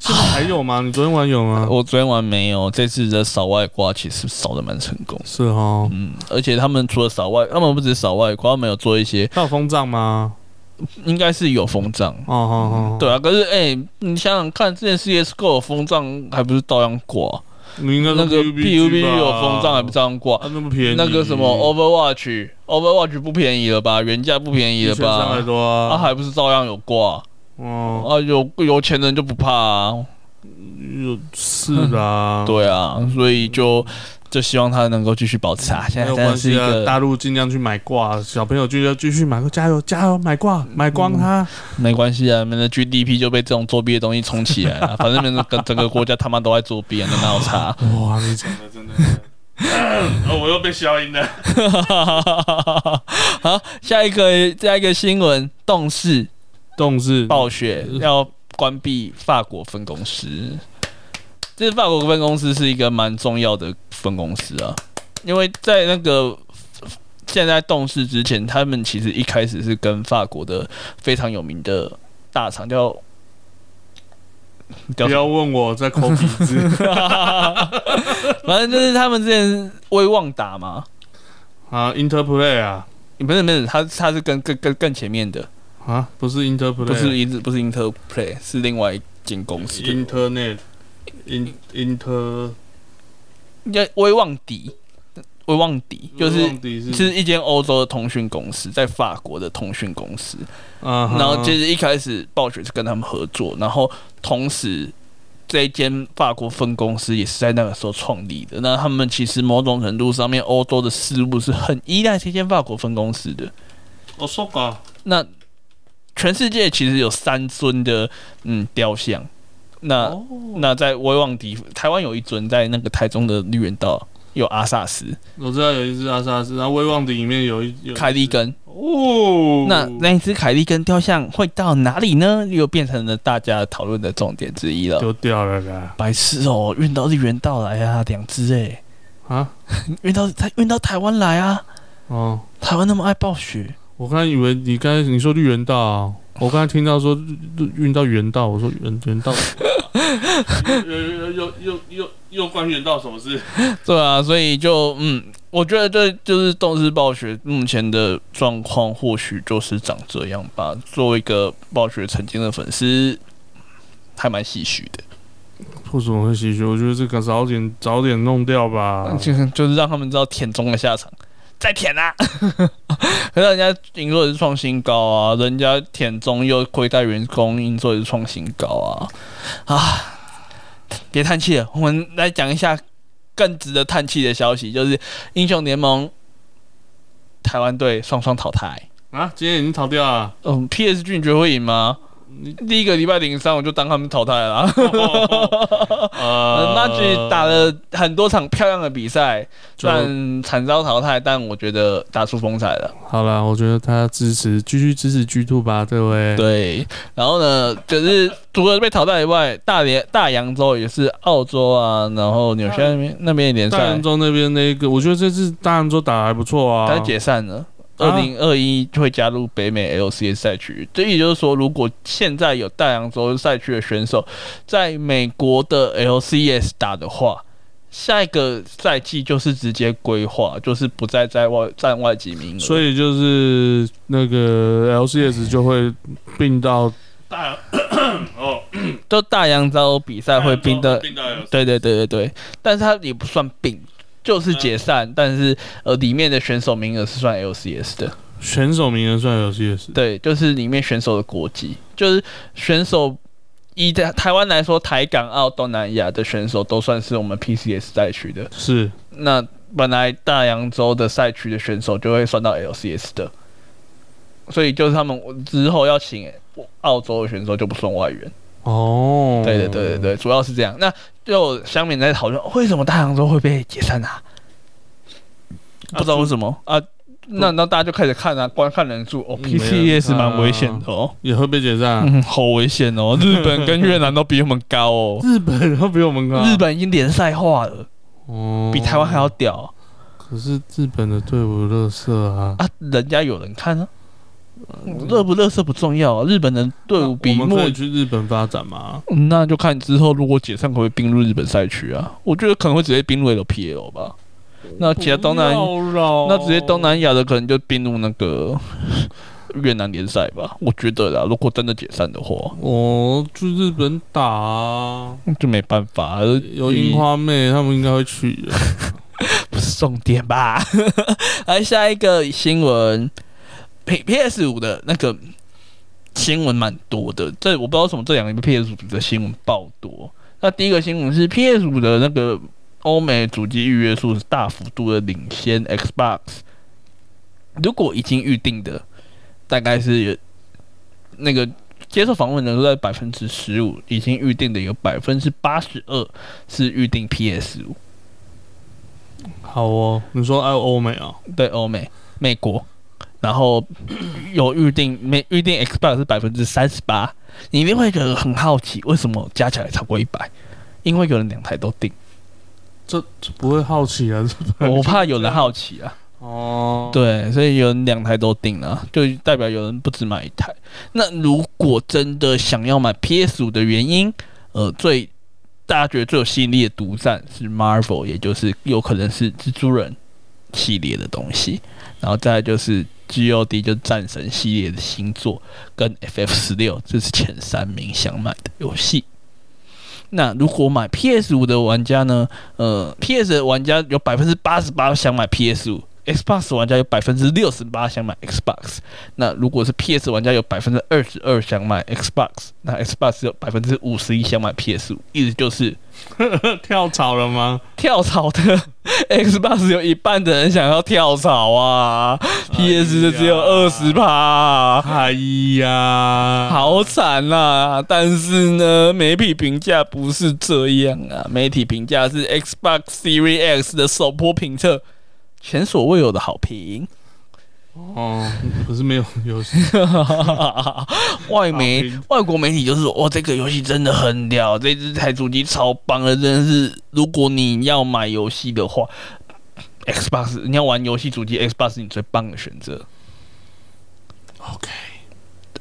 Speaker 1: 现在还有 吗？你昨天玩有吗？
Speaker 2: 我昨天玩没有，这次的扫外挂其实扫的蛮成功。
Speaker 1: 是哦，
Speaker 2: 嗯，而且他们除了扫外，他们不止扫外挂，他们有做一些，
Speaker 1: 它有风障吗？
Speaker 2: 应该是有风障。
Speaker 1: 哦哦哦，
Speaker 2: 对啊，可是哎、你想想看，之前 CSGO 有风障还不是照样挂？
Speaker 1: 你应该说
Speaker 2: 那个
Speaker 1: PUBG 吧
Speaker 2: 有风障还不照样挂？
Speaker 1: 啊，那么便宜，
Speaker 2: 那个什么 Overwatch，Overwatch 不便宜了吧？原价不便宜了
Speaker 1: 三百
Speaker 2: 吧？
Speaker 1: 多
Speaker 2: 啊，
Speaker 1: 啊，
Speaker 2: 还不是照样有挂？
Speaker 1: 哦，
Speaker 2: 啊，有有钱人就不怕啊。
Speaker 1: 有是的啊，
Speaker 2: 对啊，所以就就希望他能够继续保持啊。现
Speaker 1: 没
Speaker 2: 在
Speaker 1: 有
Speaker 2: 真的
Speaker 1: 关
Speaker 2: 是一
Speaker 1: 系啊，
Speaker 2: 个
Speaker 1: 大陆尽量去买挂，小朋友就要继续买挂，加油加油，买挂买光它。
Speaker 2: 没关系啊，我们的 GDP 就被这种作弊的东西冲起来 了。反正整个整个国家他妈都在作弊啊，那哪有差？
Speaker 1: 哇，你讲的真的。哦，我又被消音了。
Speaker 2: 好，下一个下一个新闻，动视
Speaker 1: 动是
Speaker 2: 暴雪要关闭法国分公司。这法国分公司是一个蛮重要的分公司啊，因为在那个现在动视之前，他们其实一开始是跟法国的非常有名的大厂 叫叫
Speaker 1: 不
Speaker 2: 什么
Speaker 1: 要问我在抠鼻 子
Speaker 2: 反正就是他们之前威旺达嘛，
Speaker 1: 啊，Interplay 啊
Speaker 2: 不是不是，他他是更更更更前面的，
Speaker 1: 啊，不是 Interplay，啊
Speaker 2: 不是一直不是 Interplay，是另外一间公司。
Speaker 1: Internet。In Inter
Speaker 2: 叫威旺迪，威旺迪就是
Speaker 1: 忘记
Speaker 2: 是一间欧洲的通讯公司，在法国的通讯公司。
Speaker 1: 啊哈，
Speaker 2: 然后就是一开始暴雪是跟他们合作，然后同时这一间法国分公司也是在那个时候创立的。那他们其实某种程度上面，欧洲的事务是很依赖这间法国分公司的。
Speaker 1: 我说啊，
Speaker 2: 那全世界其实有三尊的嗯雕像，那、
Speaker 1: 哦
Speaker 2: 那在威望迪，台湾有一尊在那个台中的绿园道有阿萨斯、
Speaker 1: 我知道有一只阿萨斯，然后威望顶里面有一有
Speaker 2: 凯利根，
Speaker 1: 哦，
Speaker 2: 那那一只凯利根雕像会到哪里呢？又变成了大家讨论的重点之一了。
Speaker 1: 丢掉了啦
Speaker 2: 白痴哦，运到日原道来啊，两只哎，
Speaker 1: 啊
Speaker 2: 运到他运到台湾来啊，
Speaker 1: 哦，
Speaker 2: 台湾那么爱暴雪，
Speaker 1: 我刚才以为你刚才你说绿园道啊，我刚才听到说绿运到原道，我说原原道，又又又又又关原道什么事？
Speaker 2: 对啊，所以就嗯，我觉得这就是动视暴雪目前的状况，或许就是长这样吧。作为一个暴雪曾经的粉丝，还蛮唏嘘的，
Speaker 1: 为什么会唏嘘？我觉得这个早点早点弄掉吧。
Speaker 2: 就是就是让他们知道舔中的下场。再舔啊！ 可是人家营收也是创新高啊，人家舔中又亏待员工，营收也是创新高啊！啊，别叹气了，我们来讲一下更值得叹气的消息，就是英雄联盟台湾队双双淘汰。
Speaker 1: 啊，今天已经逃掉了，
Speaker 2: 嗯，PSG 你觉得会赢吗？第一个礼拜零三我就当他们淘汰了啊。
Speaker 1: 呃
Speaker 2: 那局打了很多场漂亮的比赛，虽然惨遭淘汰，但我觉得打出风采了。
Speaker 1: 好了，我觉得他支持继续支持 G Two 吧，各位。
Speaker 2: 对，然后呢，就是除了被淘汰以外，大连、大洋洲也是澳洲啊，然后纽西
Speaker 1: 嗯
Speaker 2: 兰那边那边也联
Speaker 1: 大
Speaker 2: 赛
Speaker 1: 洋，洲那边那个，我觉得这次大洋洲打得还不错啊。
Speaker 2: 它解散了。二
Speaker 1: 啊
Speaker 2: 零二一会加入北美 LCS 赛区，这也就是说，如果现在有大洋洲赛区的选手在美国的 LCS 打的话，下一个赛季就是直接规划，就是不再在外站外籍名额。
Speaker 1: 所以就是那个
Speaker 2: 哎
Speaker 1: LCS 就会并到
Speaker 3: 大 哦，
Speaker 2: 就大洋洲比赛会并的
Speaker 3: 病到有
Speaker 2: 对对对对对，但是它也不算并，就是解散，但是呃里面的选手名额是算 LCS 的，
Speaker 1: 选手名额算 LCS。
Speaker 2: 对，就是里面选手的国籍，就是选手以在台湾来说，台港澳东南亚的选手都算是我们 PCS 赛区的，
Speaker 1: 是
Speaker 2: 那本来大洋洲的赛区的选手就会算到 LCS 的，所以就是他们之后要请澳洲的选手就不算外援。
Speaker 1: 哦，
Speaker 2: 对对对对，对，主要是这样。那就乡民在讨论为什么大洋洲会被解散啊？不知道为什么啊？那那大家就开始看啊，观看人数哦
Speaker 1: 没有
Speaker 2: ，PCS
Speaker 1: 看啊
Speaker 2: 蛮危险的哦，
Speaker 1: 也会被解散啊。，
Speaker 2: 嗯，好危险哦，日本跟越南都比我们高哦
Speaker 1: 日本会比我们高，
Speaker 2: 日本已经联赛化了，
Speaker 1: 哦
Speaker 2: 比台湾还要。屌
Speaker 1: 可是日本的队伍乐色啊，
Speaker 2: 啊！人家有人看啊，热不热色不重要嗯啊，日本的队伍比
Speaker 1: 我们
Speaker 2: 墨
Speaker 1: 可以去日本发展吗？
Speaker 2: 嗯那就看之后如果解散可不可以并入日本赛区啊？我觉得可能会直接并入 LPL 吧。那啊其他东南那
Speaker 1: 那
Speaker 2: 直接东南亚的可能就并入那个越南联赛吧，我觉得啦。如果真的解散的话，
Speaker 1: 哦，去日本打啊，
Speaker 2: 就没办法，
Speaker 1: 有樱花妹，他们应该会去的。
Speaker 2: 不是重点吧？ 来下一个新闻，P P S 五的那个新闻蛮多的，这我不知道为什么这两个 P S 五的新闻爆多。那第一个新闻是 P S 五的那个欧美主机预约数是大幅度的领先 Xbox，如果已经预定的，大概是那个。接受访问人数在百分之十五，已经预定的有百分之八十二是预定 PS 五，
Speaker 1: 好哦，你说爱欧美啊？
Speaker 2: 对欧美、美国，然后有预定美预定 Xbox 是百分之三十八，你一定会觉得很好奇，为什么加起来超过一百？因为有人两台都订，
Speaker 1: 这不会好奇啊？
Speaker 2: 我怕有人好奇啊。
Speaker 1: 哦，
Speaker 2: 对，所以有人两台都订了，就代表有人不止买一台。那如果真的想要买 PS 五的原因，呃，最大家觉得最有吸引力的独占是 Marvel，也就是有可能是蜘蛛人系列的东西，然后再来就是 GOD 就是战神系列的新作跟 FF 十六，这是前三名想买的游戏。那如果买 PS 五的玩家呢？呃，PS 的玩家有百分之八十八想买 PS 五，Xbox 玩家有百分之六十八想买 Xbox。那如果是 PS 玩家有百分之二十二想买 Xbox，那 Xbox 有百分之五十一想买 PS 五，意思就是
Speaker 1: 跳槽了吗？
Speaker 2: 跳槽的 Xbox 有一半的人想要跳槽啊，PS 的只有二十趴。
Speaker 1: 哎呀，
Speaker 2: 好惨啦、但是呢，媒体评价不是这样啊，媒体评价是 Xbox Series X 的首波评测前所未有的好评。
Speaker 1: 哦，可是没有有
Speaker 2: 外媒
Speaker 1: 好评
Speaker 2: 外国媒体就是说，哇，这个游戏真的很屌，这只台主机超棒的，真的是，如果你要买游戏的话，Xbox 你要玩游戏主机，Xbox 是你最棒的选择。
Speaker 1: OK，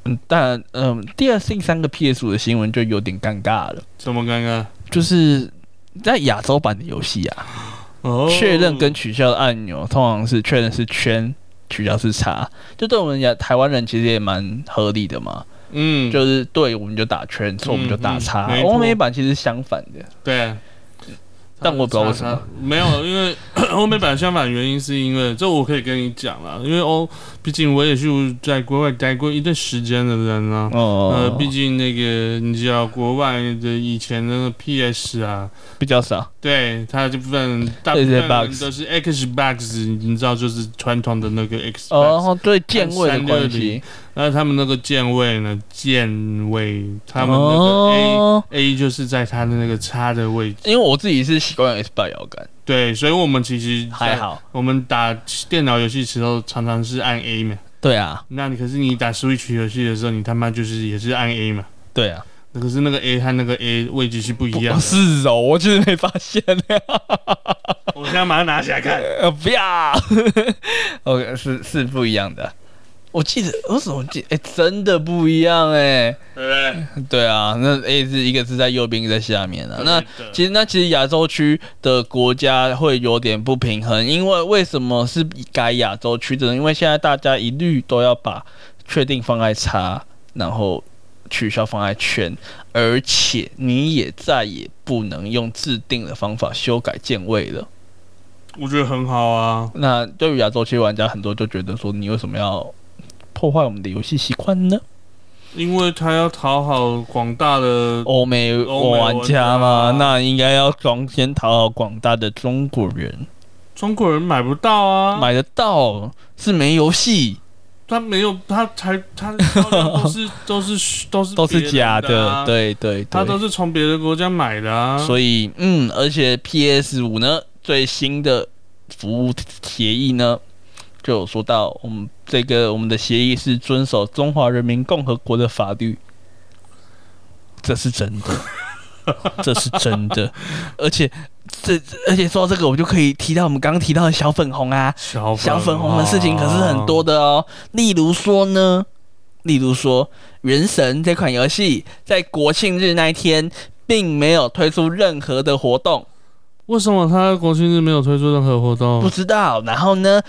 Speaker 2: 嗯，但嗯，第二、第三个 PS 五的新闻就有点尴尬了。
Speaker 1: 这么尴尬？
Speaker 2: 就是在亚洲版的游戏啊，
Speaker 1: 哦，
Speaker 2: 确认跟取消的按钮通常是确认是圈，取消是叉，就对我们亚台湾人其实也蛮合理的嘛，
Speaker 1: 嗯，就
Speaker 2: 就是对我们就打圈，错我们就打
Speaker 1: 嗯
Speaker 2: 叉
Speaker 1: 嗯没。错
Speaker 2: 欧美版其实相反的，
Speaker 1: 对。
Speaker 2: 但我不知道为什么
Speaker 1: 差。差没有，因为 欧美版相反原因是因为这我可以跟你讲啦，因为欧，毕竟我也是在国外待过一段时间的人啊。呃，
Speaker 2: 哦，
Speaker 1: 毕竟那个你知道，国外的以前那个 PS 啊，
Speaker 2: 比较少。
Speaker 1: 对，它这部分大部分
Speaker 2: 对对
Speaker 1: 人
Speaker 2: box
Speaker 1: 都是 Xbox，你知道就是传统的那个 Xbox，、
Speaker 2: 哦，然后对键位的关系，
Speaker 1: 那他们那个键位呢，键位他们那个 A、
Speaker 2: 哦，
Speaker 1: A 就是在它的那个叉的位置，
Speaker 2: 因为我自己是习惯用 S 八摇杆，
Speaker 1: 对，所以我们其实在
Speaker 2: 还，好。
Speaker 1: 我们打电脑游戏的时候常常是按 A 嘛，
Speaker 2: 对啊，
Speaker 1: 那你可是你打 Switch 游戏的时候，你他妈就是也是按 A 嘛，
Speaker 2: 对啊，
Speaker 1: 可是那个 A 和那个 A 位置是不一
Speaker 2: 不
Speaker 1: 样的。
Speaker 2: 是哦，我就是没发现。
Speaker 1: 我现在马上拿起来看。
Speaker 2: 呃，不要 ，OK，是是不一样的。我记得我怎么记？哎、真的不一样哎、
Speaker 1: 对不对？
Speaker 2: 对啊，那 A 是一个是在右边，一个在下面啊。那
Speaker 1: 对的
Speaker 2: 其实那其实亚洲区的国家会有点不平衡，因为为什么是改亚洲区的呢？因为现在大家一律都要把确定放在叉，然后取消放在圈，而且你也再也不能用制定的方法修改键位了。
Speaker 1: 我觉得很好啊。
Speaker 2: 那对于亚洲区玩家，很多就觉得说，你为什么要破坏我们的游戏习惯呢？
Speaker 1: 因为他要讨好广大的，
Speaker 2: 欧美
Speaker 1: 欧美
Speaker 2: 玩家嘛，
Speaker 1: 玩家
Speaker 2: 那应该要装先讨好广大的中国人，
Speaker 1: 中国人买不到啊，
Speaker 2: 买得到是没游戏，
Speaker 1: 他没有，他才他的销量都 是都是都是
Speaker 2: 都是假
Speaker 1: 别人的啊，
Speaker 2: 对对
Speaker 1: 他
Speaker 2: 对。
Speaker 1: 都是从别的国家买的啊，
Speaker 2: 所以，嗯，而且 PS 五呢，最新的服务协议呢，就有说到我们这个我们的协议是遵守中华人民共和国的法律，这是真的，这是真的，而且。这而且说到这个，我就可以提到我们刚刚提到的小粉红啊，
Speaker 1: 小
Speaker 2: 小粉红的
Speaker 1: 啊
Speaker 2: 事情可是很多，的哦。例如说呢，例如说《原神》这款游戏在国庆日那一天并没有推出任何的活动，
Speaker 1: 为什么他国庆日没有推出任何活
Speaker 2: 不
Speaker 1: 动？
Speaker 2: 知道。然后呢，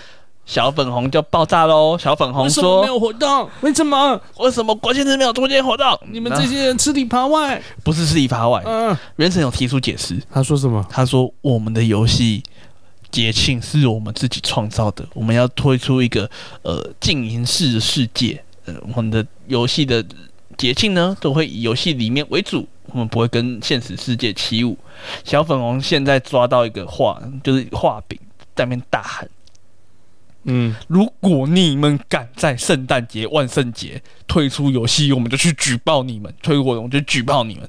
Speaker 2: 小粉红就爆炸喽！小粉红
Speaker 1: 为什么没
Speaker 2: 说
Speaker 1: 有活动？为什么：“
Speaker 2: 为什么国庆日没有中间活动？
Speaker 1: 你们
Speaker 2: 那
Speaker 1: 这些人吃里扒外？
Speaker 2: 不是自己发外。
Speaker 1: 嗯，
Speaker 2: 原神有提出解释，
Speaker 1: 他说什么？
Speaker 2: 他说我们的游戏呃节庆是我们自己创造的，我们要推出一个呃静音式的世界。呃，我们的游戏的节庆呢，都会以游戏里面为主，我们不会跟现实世界起舞。小粉红现在抓到一个画，就是画饼，在那边大喊。
Speaker 1: 嗯，
Speaker 2: 如果你们敢在圣诞节、万圣节退出游戏，我们就去举报你们；退货，我们就举报你们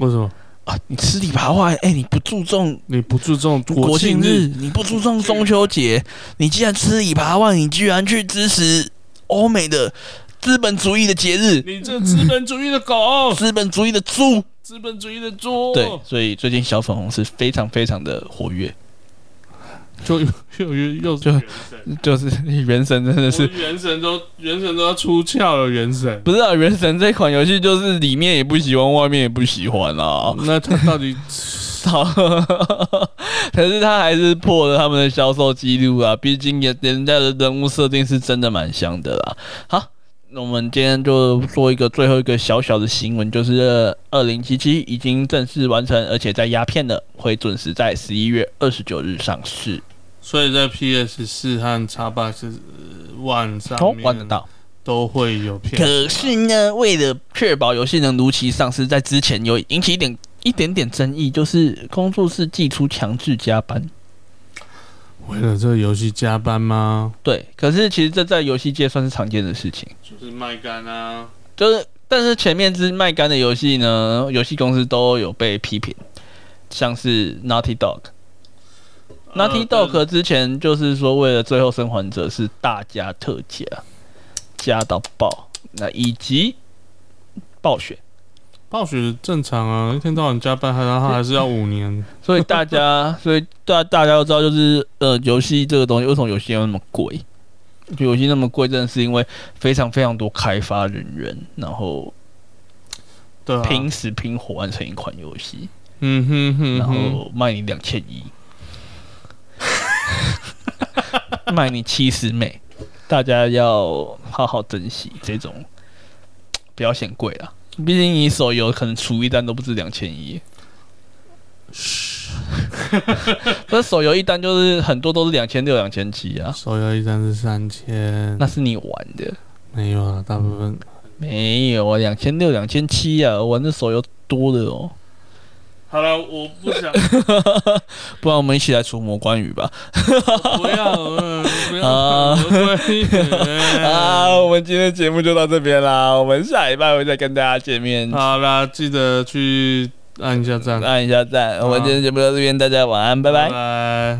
Speaker 1: 为什么
Speaker 2: 啊！你吃里扒外，哎、你不注重
Speaker 1: 你不注重
Speaker 2: 国
Speaker 1: 庆
Speaker 2: 庆日？你不注重中秋节，你既然吃里扒外，你居然去支持欧美的资本主义的节日，
Speaker 1: 你这资本主义的狗，
Speaker 2: 资本主义的猪。哦
Speaker 1: 资本主义的猪，
Speaker 2: 对，所以最近小粉红是非常非常的活跃。
Speaker 1: 就又又又
Speaker 2: 就就是原神真的
Speaker 1: 是
Speaker 2: 是
Speaker 1: 原神都原神都要出窍了，原神。
Speaker 2: 不是啊？原神这款游戏就是里面也不喜欢，外面也不喜欢啊。
Speaker 1: 那他到底
Speaker 2: 操！ 可是他还是破了他们的销售记录啊，毕竟也人家的人物设定是真的蛮像的啦。好，那我们今天就做一个最后一个小小的新闻，就是二零七七已经正式完成，而且在鸦片了，会准时在十一月二十九日上市，
Speaker 1: 所以在 PS 四和 Xbox One 上
Speaker 2: 哦，
Speaker 1: 面
Speaker 2: 玩得到。
Speaker 1: 都会有片。
Speaker 2: 可是呢，为了确保游戏能如期上市，在之前有引起一点一点点争议，就是工作室寄出强制加班。
Speaker 1: 为了这个游戏加班吗？
Speaker 2: 对，可是其实这在游戏界算是常见的事情。
Speaker 1: 就是卖干啊。
Speaker 2: 就是，但是前面是卖干的游戏呢，游戏公司都有被批评，像是 Naughty Dog。Naughty
Speaker 1: 呃
Speaker 2: Dog 之前就是说，为了《最后生还者》是大加特加，加到爆，那以及暴雪，
Speaker 1: 暴雪正常啊，一天到晚加班，还然后还是要五年。
Speaker 2: 所以大家，所以大大家都知道，就是呃，游戏这个东西，为什么游戏要那么贵？游戏那么贵，真的是因为非常非常多开发人员，然后
Speaker 1: 对啊。
Speaker 2: 拼死拼活完成一款游戏。
Speaker 1: 嗯哼哼哼，
Speaker 2: 然后卖你两千一， 卖你七十美，大家要好好珍惜这种，不要嫌贵啦。毕竟你手游可能出一单都不止两 千一，不是手游一单就是很多都是两千六、两千七啊，
Speaker 1: 手游一张是三千，
Speaker 2: 那是嗯你玩的，
Speaker 1: 没有啊，大部分
Speaker 2: 没有啊，两千六、两千七啊，玩的手游多的哦。
Speaker 1: 好了，我不想，
Speaker 2: 不然我们一起来除魔关羽吧。
Speaker 1: 不要，呃不 要，
Speaker 2: 啊 啊，
Speaker 1: 啊
Speaker 2: 我们今天的节目就到这边啦，我们下礼拜会再跟大家见面，
Speaker 1: 好啦，记得去按一下赞，
Speaker 2: 按一下赞。我们今天的节目到这边，大家晚安，拜拜。
Speaker 1: 拜。